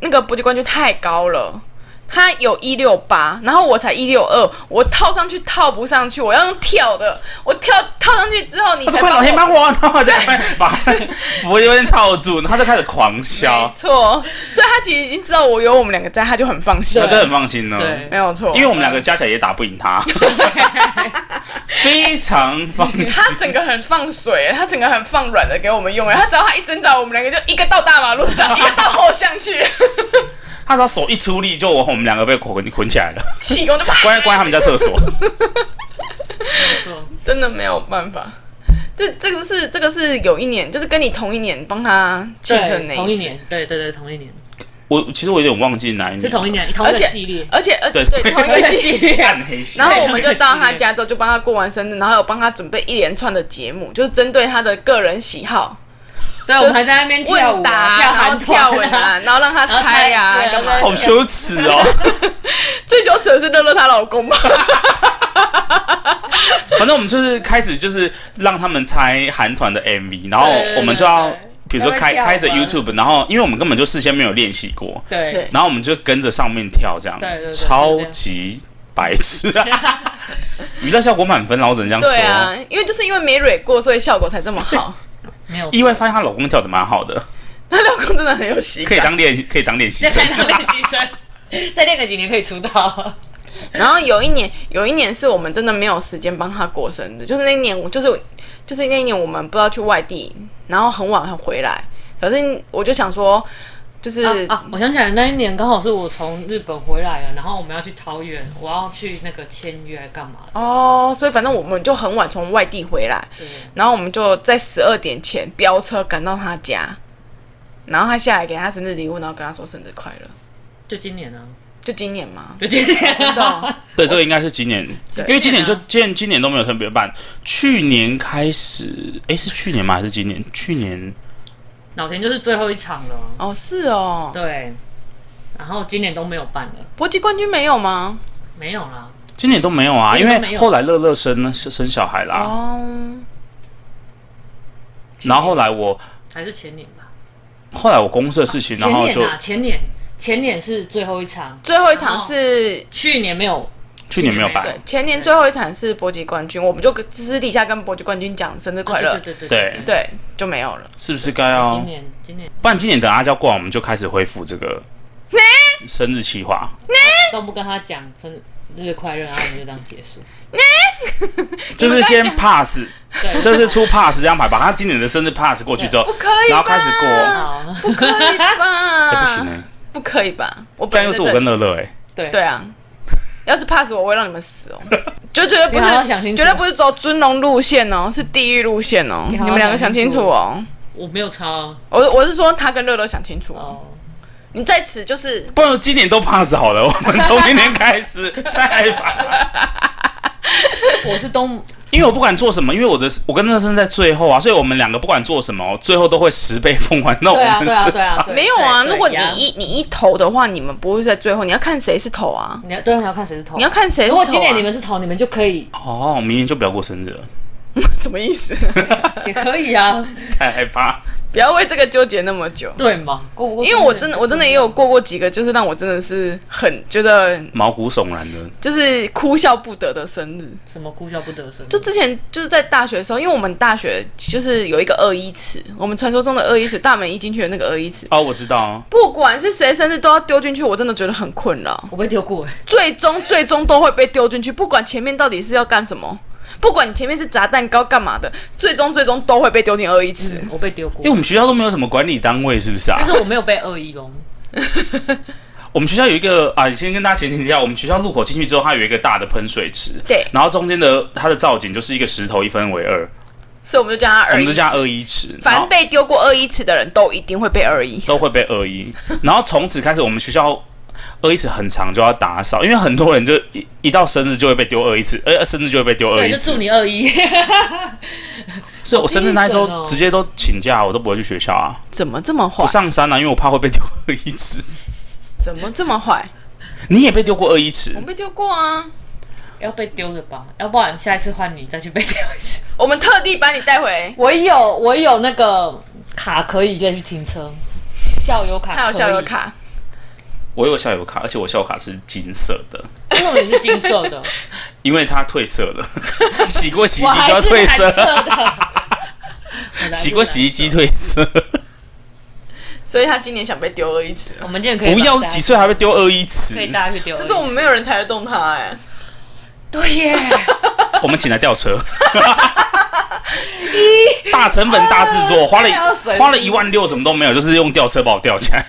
S3: 那个搏击冠军太高了，他有一六八，然后我才一六二，我套上去套不上去，我要用跳的，我跳套上去之后你
S1: 他说
S3: 才
S1: 快
S3: 帮
S1: 老天
S3: 我。
S1: 帮我，然后我就赶快 把我有点套住，然后就开始狂
S3: 没
S1: 敲，
S3: 错，所以他其实已经知道我有我们两个在，他就很放心
S1: 我就
S3: 了。
S1: 很放心了。
S2: 对
S3: 没有错，
S1: 啊因为我们两个加起来也打不赢他， 非常放心。
S3: 他整个很放水，他整个很放软的给我们用。他只要他一挣扎，我们两个就一个到大马路 上，一个到后巷去，
S1: 他只要手一出力，就我我们两个被捆捆起来了，
S3: 气功就啪。
S1: 关在关在他们家厕所。
S2: 没错，
S3: 真的没有办法。这这个是这个是有一年，就是跟你同一年帮他庆生那
S2: 对，同一
S3: 次，
S2: 年，对对对，同一年
S1: 我其实我有点忘记哪一
S2: 是
S1: 年，
S2: 同一年，同一
S3: 而
S2: 个
S3: 且
S2: 系列，
S3: 而且呃
S1: 对
S3: 对同
S2: 同
S3: 一
S2: 一
S3: 个
S2: 个
S3: 系
S2: 系
S3: 列。
S2: 列
S1: 暗黑系
S3: 然
S1: 列。
S3: 后我们就到他家之后，就帮他过完生日，然后有帮他准备一连串的节目，就是针对他的个人喜好，
S2: 对，我们还在那边跳
S3: 问
S2: 舞
S3: 答
S2: 啊、
S3: 啊、
S2: 跳
S3: 然后
S2: 韩
S3: 跳
S2: 团
S3: 舞 啊，然后让他
S2: 然后猜
S3: 猜啊，
S2: 对
S3: 干嘛？
S1: 好羞耻哦！
S3: 最羞耻的是乐乐她 老公吧？
S1: 反正我们就是开始就是让他们猜韩团的 MV，然后
S2: 对对对
S1: 我们就要
S2: 对
S1: 比如说开
S2: 他
S1: 开
S2: 们
S1: 着
S2: 跳啊
S1: YouTube，然后因为我们根本就事先没有练习过，
S2: 对，
S1: 然后我们就跟着上面跳，这样
S2: 对对对
S1: 超级白痴啊！ 娱乐效果满分，然后只能这样
S3: 对
S1: 说。
S3: 啊，因为就是因为没蕊过，所以效果才这么 好。
S2: 没有
S1: 意外发现她老公跳的蛮好的，
S3: 她老公真的很有喜
S1: 可以
S3: 感。
S1: 当练可以当练习
S2: 再
S1: 生。
S2: 当练习生， 再练个几年可以出 道。啊
S3: 然后有一年，有一年是我们真的没有时间帮他过生日，就是那一年，我就是就是那一年我们不知道去外地，然后很晚很回来，反正我就想说，就是、
S2: 啊啊！我想起来那一年刚好是我从日本回来啊了，然后我们要去桃园，我要去那个签约干嘛的？
S3: 哦，所以反正我们就很晚从外地回来，
S2: 对，
S3: 然后我们就在十二点前飙车赶到他家，然后他下来给他生日礼物，然后跟他说生日快乐，
S2: 就今年啊，
S3: 就今 年吗？
S2: 就今
S3: 真
S2: 年
S3: 的
S2: 啊，
S3: 哦
S1: 对，这个应该是今年，因为今年就今年今年都没有特别办，去年开始，哎，是去年吗？还是今年？去年
S2: 老田就是最后一场了，
S3: 哦是哦，
S2: 对。然后今年都没有办了，
S3: 搏击冠军没有吗？
S2: 没有啦，
S1: 今年都没有啊，因
S2: 今年都没
S1: 为
S2: 有
S1: 后来乐乐生生小孩啦，
S3: 哦，
S1: 然后后来我
S2: 还是前年吧。
S1: 后来我公司的事情，然
S2: 前
S1: 后
S2: 年
S1: 就
S2: 啊，前年，前年是最后一场，
S3: 最后一场
S2: 然后
S3: 是
S2: 去年没有，
S1: 去年没有
S3: 对
S1: 办，，
S3: 前年最后一场是搏击冠军，我们就只是底下跟搏击冠军讲生日快乐，
S2: 对
S1: 对
S2: 对对。
S3: 对，就没有了。
S1: 是不是该要
S2: 今？年今年
S1: 不然今年等阿娇过完，我们就开始恢复这个生日计划。
S2: 都不跟他讲生日快乐，然后我们就这样结束。
S1: 就是先 pass，
S2: 对
S1: 就是出 pass 这样排，把他今年的生日 pass 过去之后
S3: 不，可以吧？
S1: 然后开始过
S2: 好，
S3: 不可以吧？
S1: 哎不行哎，
S3: 不可以吧？我
S1: 这
S3: 本
S1: 样又
S3: 人在
S1: 是
S3: 这
S1: 我
S3: 里
S1: 跟乐乐哎，
S2: 啊对
S3: 对啊，要是 pass 我，我会让你们死 哦。就绝对不
S2: 你好好想
S3: 是，
S2: 清楚
S3: 绝对不是走尊龙路线哦，是地狱路线哦。你
S2: 你好好
S3: 们两个想清楚哦。
S2: 我没有抄啊
S3: 我我是说，他跟乐乐想清楚哦。
S2: 哦，
S3: 你在此就是
S1: 不然今年都 pass 好了，我们从明年开始太烦了。
S2: 我是东
S1: 因为我不管做什么，因为我的我跟乐生在最后啊，所以我们两个不管做什么，最后都会十倍奉还到我
S2: 对啊
S1: 们
S2: 对啊
S1: 身
S2: 对啊
S1: 上。
S2: 对
S3: 没有啊。
S2: 对对
S3: 如果你
S2: 呀
S3: 一你一投的话，你们不会在最后，你要看谁是投啊。
S2: 你要对你要看谁是头，
S3: 你要看谁是
S2: 哦如
S3: 头啊。
S2: 果今年你们是头，你们就可以
S1: 哦，明年就不要过生日了，
S3: 什么意思？
S2: 也可以啊，
S1: 太害怕。
S3: 不要为这个纠结那么久。
S2: 对嘛？过不过
S3: 因为我真的，我真的也有过过几个，就是让我真的是很觉得
S1: 毛骨悚然的，
S3: 就是哭笑不得的生日。
S2: 什么哭笑不得什么，
S3: 就之前就是在大学的时候，因为我们大学就是有一个二一池，我们传说中的二一池，大门一进去的那个二一池，
S1: 哦，我知道，
S3: 不管是谁生日都要丢进去，我真的觉得很困扰。
S2: 我被丢过哎，
S3: 最终最终都会被丢进去，不管前面到底是要干什么，不管你前面是砸蛋糕干嘛的，最终最终都会被丢进二一池。
S2: 我被丢过
S1: 因为，我们学校都没有什么管理单位，是不是啊
S2: 但？是我没有被恶意哦，
S1: 我们学校有一个啊，先跟大家前情提要，我们学校入口进去之后，它有一个大的喷水池，
S3: 对
S1: 然后中间的它的造景就是一个石头一分为二，
S3: 所以我们就叫他
S1: 我
S3: 二
S1: 们
S3: 一
S1: 就
S3: 池
S1: 叫。它二一池，然
S3: 凡
S1: 后
S3: 被丢过二一池的人都一定会被二一。
S1: 都会被二一，然后从此开始我们学校。二一池很长就要打扫，因为很多人就一一到生日就会被丢二一次，呃，生日就会被丢二
S2: 对，
S1: 一
S2: 就
S1: 次
S2: 祝，你恶意，
S1: 所以我生日那一
S2: 好低等
S1: 周
S2: 哦
S1: 直接都请假，我都不会去学校啊，
S3: 怎么这么坏
S1: 不？上山啊，因为我怕会被丢二一次。
S3: 怎么这么坏？
S1: 你也被丢过二一次
S3: 我，被丢过啊！
S2: 要被丢的吧，要不然下一次换你再去被丢一次。
S3: 我们特地把你带回，
S2: 我有我有那个卡可以再去停车，校友卡，
S3: 还有校友，卡。
S1: 我有校友卡，而且我校友卡是金色的，
S2: 为什么你是金色 的？
S1: 因为它褪色了， 洗过洗衣
S2: 我
S1: 机就
S2: 还
S1: 要
S2: 是
S1: 褪
S2: 蓝色
S1: 色，
S2: 的。
S1: 洗过洗衣机褪色，
S3: 所以他今年想被丢了一次。
S2: 我们今天可以
S1: 不要
S2: 把大家
S1: 几岁还会丢二一尺
S2: 可，以大家去丢二一
S3: 可
S2: 次。
S3: 是我们没有人抬得动他哎、
S2: 对耶，
S1: 我们请来吊车。大成本大制
S2: 啊
S1: 作，花了
S2: 吊绳
S1: 花了一万六，什么都没有，就是用吊车把我吊起来，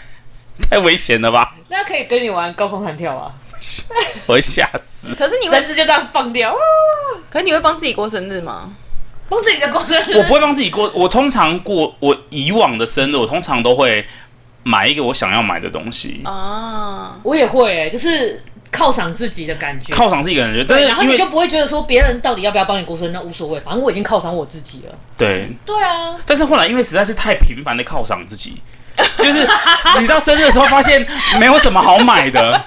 S1: 太危险了吧！
S2: 那可以跟你玩高空弹跳啊，
S1: 我会吓 死。
S3: 可是你
S2: 绳
S3: 会，
S2: 子就这样放掉，啊
S3: 可是你会帮自己过生日吗？
S2: 帮自己的过程。
S1: 我不会帮自己过，我通常过我以往的生日，我通常都会买一个我想要买的东西，
S2: 哦
S3: 啊，
S2: 我也会耶，就是犒赏自己的感觉。
S1: 犒赏自己的感觉。但
S2: 对，
S1: 是
S2: 然后
S1: 因
S2: 你
S1: 为
S2: 就不会觉得说别人到底要不要帮你过生日，那无所谓，反正我已经犒赏我自己了。
S1: 对，
S2: 对啊，
S1: 但是后来因为实在是太频繁的犒赏自己，就是你到生日的时候发现没有什么好买的，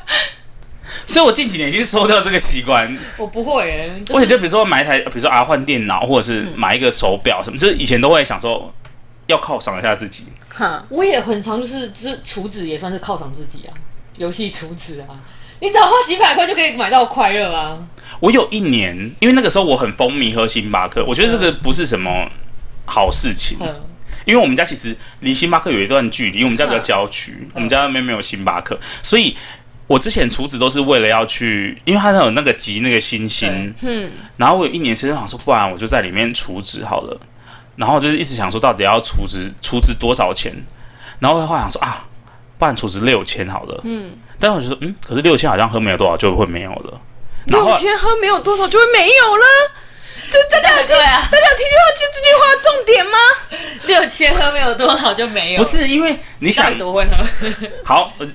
S1: 所以我近几年已经收掉这个习惯。
S2: 我不会耶，就
S1: 而且
S2: 是
S1: 就比如说买一台，比如说啊换电脑，或者是买一个手表什么，就是以前都会想说要犒赏一下自己。
S3: 哈，
S2: 我也很常就是就是厨子也算是犒赏自己啊，游戏厨子啊，你只要花几百块就可以买到快乐啊。
S1: 我有一年，因为那个时候我很风靡喝星巴克，我觉得这个不是什么好事情，
S2: 嗯，
S1: 因为我们家其实离星巴克有一段距离，因为我们家比较郊区，我们家那边没有星巴克，所以我之前厨子都是为了要去，因为它有那个集那个星星，
S3: 嗯，
S1: 然后我有一年生日想说，不然我就在里面储值好了，然后就是一直想说到底要储值储值多少钱，然后后来想说啊，不然储值六千好了，嗯，但我就说嗯，可是六千好像喝没有多少就会没有了，然后
S3: 六千喝没有多少就会没有了。这大家
S2: 对啊，
S3: 大家有听到这这句话的重点吗？
S2: 六千喝没有多少就没有，
S1: 不是因为你
S2: 到
S1: 想
S2: 底多会喝？
S1: 好，呃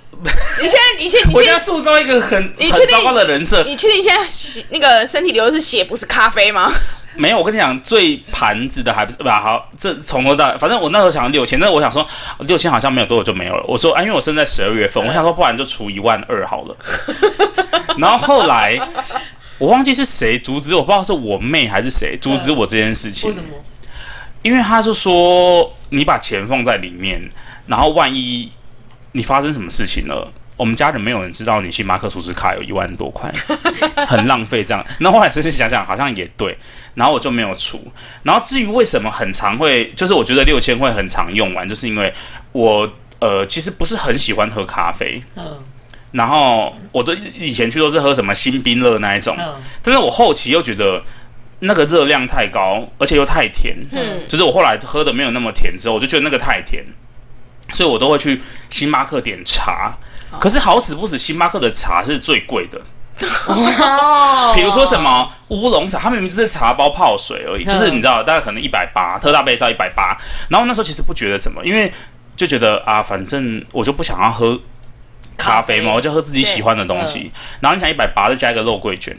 S3: 你现在你现你
S1: 我现
S3: 确
S1: 在塑造一个很
S3: 你
S1: 很
S3: 确定
S1: 糟糕的人设。
S3: 你确定现在血那个身体流的是血不是咖啡吗？
S1: 没
S3: 没
S1: 有，我跟你讲，最盘子的还不是不啊好。这从头到反正我那时候想要六千，但是我想说六千好像没有多久就没有了。我说啊，因为我生在十二月份，我想说不然就除一万二好了。 然后后来我忘记是谁阻止我，不知道是我妹还是谁阻止我这件事情
S2: 为。什么？
S1: 因为他就说你把钱放在里面，然后万一你发生什么事情了，我们家人没有人知道你星巴克储值卡有一万多块，很浪费这样。那后来仔细想想，好像也对，然后我就没有储。然后至于为什么很常会，就是我觉得六千会很常用完，就是因为我呃其实不是很喜欢喝咖啡。
S2: 嗯
S1: 然后我都以前去都是喝什么新冰乐那一种，
S2: 嗯
S1: 但是我后期又觉得那个热量太高，而且又太甜，
S2: 嗯，
S1: 就是我后来喝的没有那么甜之后，我就觉得那个太甜，所以我都会去星巴克点茶。可是好死不死，星巴克的茶是最贵的。
S2: 哦
S1: 比如说什么乌龙茶，它明明就是茶包泡水而已，
S2: 嗯
S1: 就是你知道，大概可能一百八，特大杯是要一百八。然后那时候其实不觉得什么，因为就觉得啊，反正我就不想要喝咖啡
S2: 咖
S1: 嘛，
S2: 啡
S1: 我就喝自己喜欢的东西。然后你想一百八，再加一个肉桂卷。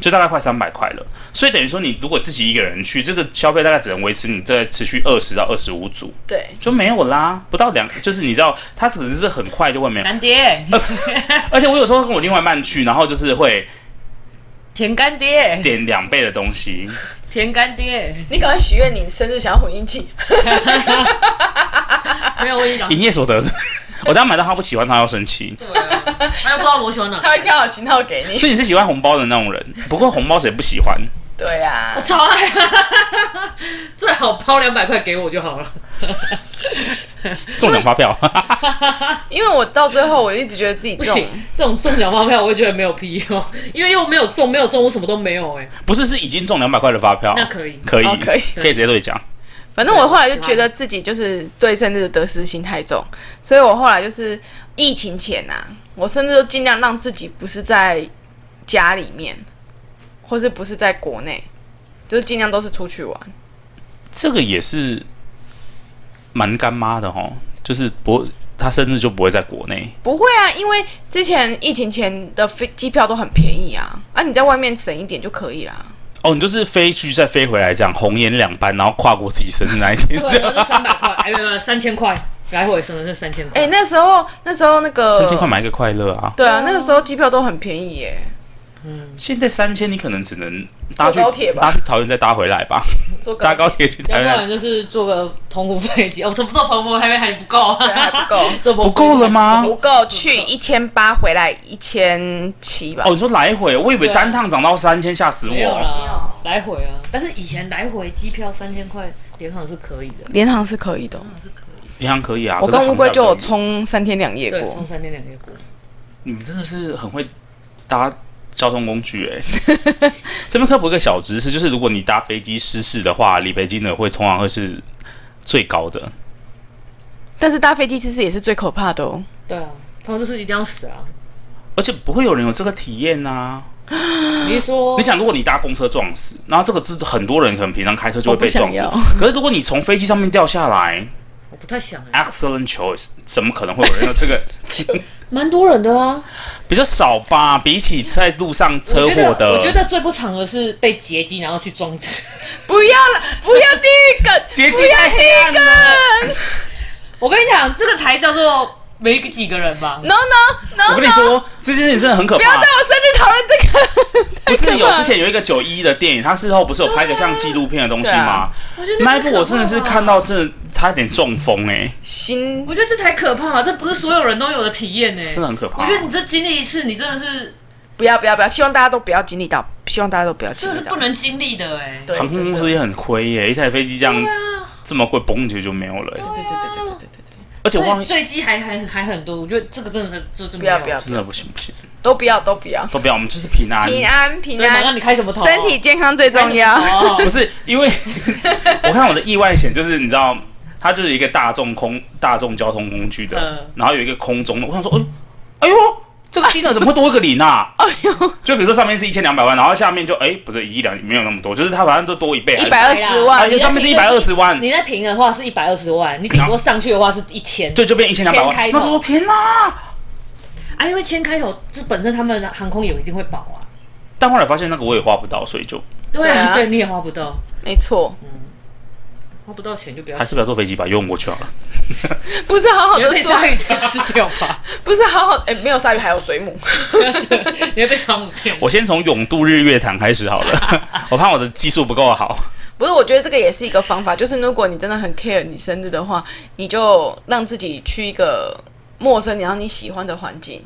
S1: 就大概快三百块了，所以等于说你如果自己一个人去，这个消费大概只能维持你在持续二十到二十五组
S3: 对，
S1: 就没有啦，不到两，就是你知道，它只是很快就会 没有。
S2: 干爹，
S1: 而且我有时候跟我另外一半去，然后就是会
S2: 甜干爹，
S1: 点两倍的东西，
S2: 甜干爹，
S3: 你赶快许愿，你生日想要混音器。
S2: 没有我已经讲
S1: 营业所得，我当然买到他不喜欢，他要生气。
S2: 对啊，他又不知道我喜欢哪个
S3: 他会挑好型号给你。
S1: 所以你是喜欢红包的那种人，不过红包谁不喜欢？
S3: 对啊
S2: 我，超爱、啊，最好抛两百块给我就好了。
S1: 中奖发票，
S3: 因为我到最后我一直觉得自己
S2: 不
S3: 中，
S2: 行，这种中奖发票我会觉得没有屁用，因为又没有中，没有中，我什么都没有哎、
S1: 不是是已经中两百块的发票，
S2: 那可以
S1: 可以
S3: 哦可以
S1: 可以直接兑奖。
S3: 反正我后来就觉得自己就是对生日的得失心太重，所以我后来就是疫情前啊，我甚至都尽量让自己不是在家里面，或是不是在国内，就是尽量都是出去玩。
S1: 这个也是蛮干妈的哦，就是不他生日就不会在国内，
S3: 不会啊，因为之前疫情前的飞机票都很便宜啊，啊你在外面省一点就可以啦。
S1: 哦，你就是飞去再飞回来这样，红颜两班，然后跨过自己生日那一天，这
S2: 对，
S1: 样
S2: 那就三百块，哎，没有没有，三千块，来回省的是三千块。
S3: 哎、那时候那时候那个
S1: 三千块买一个快乐啊！
S3: 对啊，那个时候机票都很便宜耶、
S1: 现在三千你可能只能搭去
S3: 坐高铁吧
S1: 搭去桃园再搭回来吧，
S3: 坐
S1: 搭高
S3: 铁
S1: 铁去
S2: 要
S1: 桃
S2: 不
S1: 园。
S2: 然就是做个澎湖飞机，哦，做做澎湖还还不够啊，
S3: 还不够，
S2: 做澎湖
S1: 不够了吗？
S3: 不够去一千八，回来一千七吧
S1: 哦，。你说来回，我以为单趟涨到三千，吓死
S2: 没有
S1: 我！
S2: 啦，来回啊。但是以前来回机票三千块，联航是可以的，
S3: 联航是可以的哦，
S1: 银行可以啊，
S3: 我
S1: 可是
S3: 跟乌
S1: 航
S3: 龟
S1: 太
S3: 就有
S1: 便宜，
S3: 冲三天两夜
S2: 对，
S3: 过
S2: 从。三天两夜过。
S1: 你们真的是很会搭交通工具哎、 这边科普一个小知识，就是如果你搭飞机失事的话，理赔金额会通常会是最高的。
S3: 但是搭飞机其实也是最可怕的哦。
S2: 对啊，他们就是一定要死啊！
S1: 而且不会有人有这个体验呐、
S2: 你是说
S1: 啊
S3: 哦
S1: 你想，如果你搭公车撞死，然后这个是很多人可能平常开车就
S3: 我
S1: 会
S3: 不
S1: 被
S3: 想
S1: 撞 死
S3: 要。，
S1: 可是如果你从飞机上面掉下来
S2: 我不太想哎、
S1: ，excellent choice，怎么可能会有人有 这个？
S2: 蛮多人的啊。
S1: 比较少吧，比起在路上车
S2: 我觉得
S1: 祸的，
S2: 我觉得最不常的是被劫机然后去撞车。
S3: 不要了，不要地狱梗，
S1: 劫机太黑暗了。
S2: 我跟你讲，这个才叫做没几个人吧。
S3: ，no no no，
S1: 我跟你说，这件事情真的很可
S3: 不要
S1: 怕
S3: 在。我生日讨论这个。
S1: 不是
S3: 可
S1: 有
S3: 怕
S1: 之前有一个九一的电影，他事后不是有拍个像纪录片的东西
S3: 对啊
S1: 吗？
S2: 我觉得
S1: 那一
S2: 这
S1: 部
S2: 可
S1: 我真的是
S2: 怕
S1: 看到，真的差点中风哎、
S3: 心
S2: 我觉得这才可怕嘛，这不是所有人都有的体验呢、
S1: 真的很可怕。
S2: 我觉得你这经历一次，你真的是
S3: 不要不要不要，希望大家都不要经历到，希望大家都不要经
S2: 真
S3: 历
S2: 的
S3: 到。
S2: 是不能经历的啊哎、
S3: 对
S1: 航空公司也很亏耶、一台飞机这样这么贵，崩起来就没有了、欸
S3: 对对对对对对对对对，
S1: 而且
S2: 所
S1: 万
S2: 以
S1: 一
S2: 坠机还还还很多，我觉得这个真的是这真的
S3: 不要不要，
S1: 真的不行不行，
S3: 都不要都不要，
S1: 都不要，我们就是平安。
S3: 平安平
S2: 对，马上
S3: 安
S2: 你，开什么头？啊
S3: 身体健康最重要。
S2: 哦，
S1: 不是因 为我看我的意外险，就是你知道，它就是一个大众空大众交通工具的，
S2: 嗯
S1: 然后有一个空中的，我想说，哎呦，哎呦，这个金额怎么会多一个零啊？哎呦，就比如说上面是一千两百万，然后下面就哎、不是一亿两，没有那么多，就是它反正都多一倍，
S3: 一百二十
S1: 啊，
S3: 万，
S1: 就上面是一百二十万，
S2: 你在平的话是一百二十万，你顶多上去的话是一千。
S1: 对，就变一千两百
S2: 千开
S1: 万。
S2: 头
S1: 那时候天哪！
S2: 啊，因为千开头，这本身他们的航空也一定会保啊。
S1: 但后来发现那个我也花不到，所以就
S2: 对
S3: 啊
S2: 对你也花不到，
S3: 没错，
S2: 花不到钱就不要
S1: 还。是不要坐飞机吧，游泳过去 好了。
S3: 不是好好
S2: 你会
S3: 的
S2: 被
S3: 说
S2: 鲨，鱼吞吃掉 吧？
S3: 不是好好，哎，没有鲨鱼，还有水母。
S2: 对，你会被汤姆骗。
S1: 我先从永渡日月潭开始好 了，我怕我的技术不够好。
S3: 不是，我觉得这个也是一个方法，就是如果你真的很 care 你生日的话，你就让自己去一个陌生然后你喜欢的环境，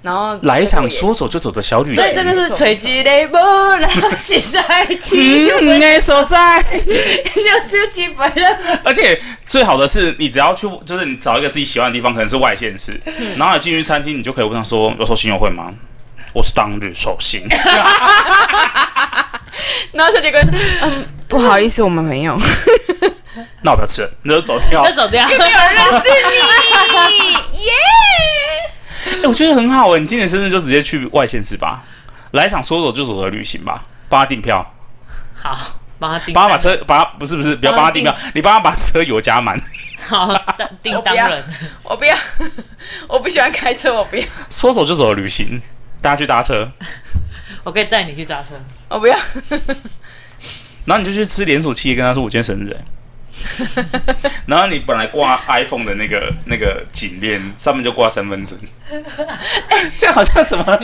S3: 然后
S1: 来一场
S3: 说，
S1: 说走就走的小旅
S2: 所
S1: 行
S2: 以。这就是锤击雷波，然后洗在一起，就
S1: 嗯，
S2: 是
S1: 那所在。
S2: 就是基本的。
S1: 而且最哎好的是，你只要去，就是你找一个自己喜欢的地方，可能是外县市，
S2: 嗯
S1: 然后你进去餐厅，你就可以问他说：“有收信用会吗？”我是当日寿 星，
S3: 然后小姐哥说，嗯，不好意思，我们没有，没
S1: 那我不要吃了，你就走掉。
S2: 那走掉，
S3: 有认识你，耶、
S1: 哎、我觉得很好哎、你今年生日就直接去外县市吧，来一场说走就走的旅行吧，帮他订票，
S2: 好，帮他订
S1: 帮他
S2: 单，
S1: 把车，把他不是不是，不要帮他订票， 你帮他把车油加满。
S2: 好当订当人，
S3: 我不要，我不喜欢开车，我不要，
S1: 说走就走的旅行，大家去搭车，
S2: 我可以带你去搭车。
S3: 我不要，
S1: 然后你就去吃连锁企业，跟他说我今天生日、欸 然后你本来挂 iPhone 的那个那个颈链上面就挂身份证， 这样好像 什么？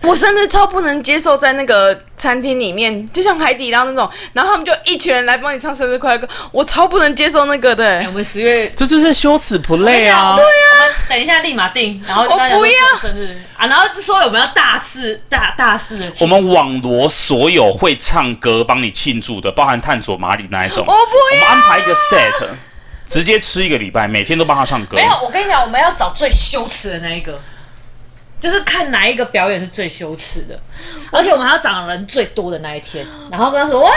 S3: 我甚至超不能接受在那个餐厅里面，就像海底捞那种，然后他们就一群人来帮你唱生日快乐歌，我超不能接受那个的、
S2: 哎 我们十月
S1: 这就是羞耻 play 啊！
S2: 等一下立马订，然后
S3: 我
S2: 就跟他讲说
S3: 不要
S2: 生日啊，然后就说我们要大肆大大肆的庆祝，
S1: 我们网罗所有会唱歌帮你庆祝的，包含探索马里那一种，
S3: 我不
S1: 我
S3: 要
S1: 们。安排一个 set，直 接吃一个礼拜，每天都帮他唱歌
S2: 没。有，我跟你讲，我们要找最羞耻的那一个，就是看哪一个表演是最羞耻的，而且我们还要找人最多的那一天，然后跟他说哇，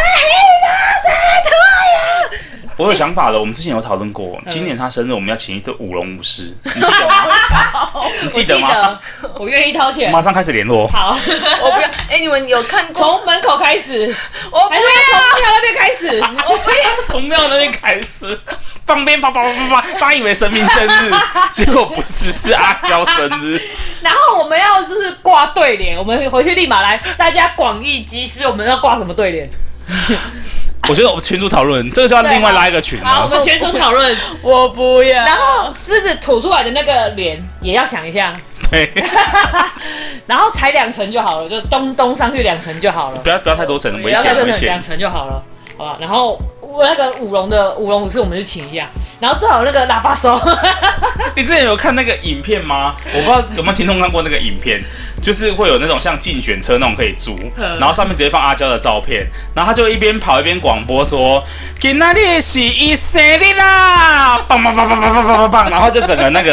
S1: 我有想法了，我们之前有讨论过，
S2: 嗯
S1: 今年他生日我们要请一对舞龙舞 狮，你记得吗？你记得吗？
S2: 我记得我愿意掏钱。
S1: 马上开始联 络。
S2: 好，
S3: 我不要。哎、你们有看 过？
S2: 从门口开始，
S3: 我不
S2: 还是
S3: 要，
S2: 从跳那边开始？
S1: 我不要从庙那边开始放鞭炮，叭叭叭叭，大家以为神明生 日，结果不是，是阿娇生日。
S2: 然后我们要就是挂对联，我们回去立马来，大家广义集思，我们要挂什么对联？
S1: 我觉得我们群主讨论这个就要另外拉一个群
S2: 好，我
S1: 了。
S2: 们全组讨 论，
S3: 我不要。
S2: 然后狮子吐出来的那个脸也要想一下，
S1: 对，
S2: 然后踩两层就好了，就咚咚上去两层就好了
S1: 不，要不要太多层，
S2: 不
S1: 危
S2: 要再
S1: 险
S2: 真
S1: 危
S2: 的两
S1: 险。
S2: 层就好了，好吧？然后我那个舞龙的舞龙舞狮我们就请一下，然后最好那个喇叭手，
S1: 你之前有看那个影片吗？我不知道有没有听众看过那个影片，就是会有那种像竞选车那种可以租，
S2: 嗯
S1: 然后上面直接放阿娇的照片，然后他就一边跑一边广播说：“给那里是一生日啦！” 棒棒棒棒棒棒棒棒棒，然后就整个那 个，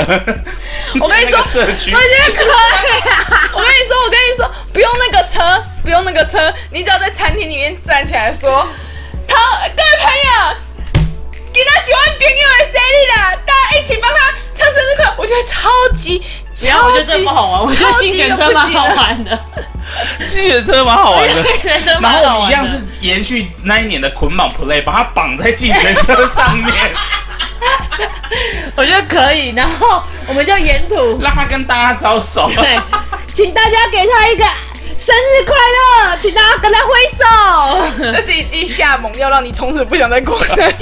S3: 我跟你说
S1: 那个社区
S3: 我跟你说，我跟你说，不用那个车，不用那个车，你只要在餐厅里面站起来说，他各位朋友，给他喜欢朋友的生日啦，大家一起帮他唱生日快乐，我觉得超级
S2: 然后我
S3: 超
S2: 觉得
S3: 级
S2: 这不好玩，我觉得
S3: 超级
S2: 竞选
S3: 就
S2: 车
S3: 不
S2: 蛮
S3: 行
S2: 好
S3: 了
S2: 玩的，
S1: 竞选车蛮好玩的。
S2: 竞选车
S1: 然
S2: 蛮
S1: 后
S2: 好
S1: 我
S2: 玩
S1: 们
S2: 的。
S1: 一样是延续那一年的捆绑 play，把它绑在竞选车上面，
S2: 我觉得可以，然后我们就沿 途
S1: 让他跟大家招手。
S2: 对，请大家给他一个生日快乐，请大家跟他挥手。
S3: 这是一记下猛药，让你从此不想再过生日。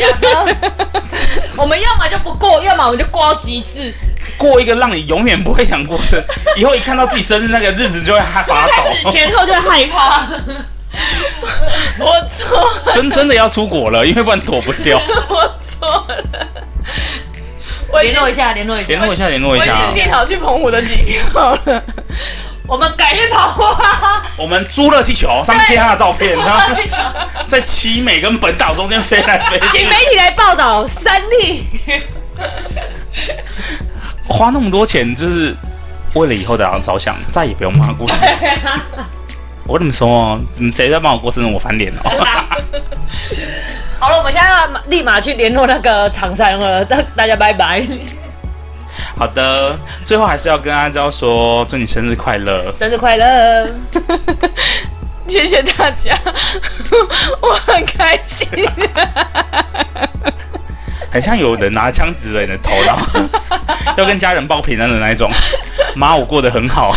S2: 我们要么就不过，要么我们就过到极致，
S1: 过一个让你永远不会想过生，以后一看到自己生日那个日子就会发抖。
S2: 前后就害 怕。
S3: 我错，
S1: 真真的要出国了，因为不然躲不掉。
S3: 我错了，我已
S2: 联
S3: 经
S2: 络一下，联络 一
S1: 联
S2: 下，
S1: 络一下，联络一
S3: 我已
S1: 下啊
S3: 经。订好去澎湖的机票了。
S2: 我们改日跑步啊！
S1: 我们租热气球，上面贴他的照片，然后在七美跟本岛中间飞来飞去
S2: 请。媒体来报道三立。
S1: 花那么多钱，就是为了以后的人着想，再也不用骂过 生日。我跟你们说哦，你谁在骂我过生日，我翻脸哦。
S2: 好了，我们现在要立马去联络那个厂商了，大大家拜拜，
S1: 好的，最后还是要跟阿娇说，祝你生日快乐。
S2: 生日快乐！
S3: 谢谢大家， 我很开心。
S1: 很像有人拿枪指着你的头，然后要跟家人报平安的那一种。妈，我过得很好。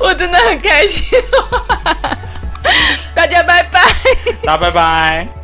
S3: 我真 的很开心，大家拜拜。
S1: 大家拜拜。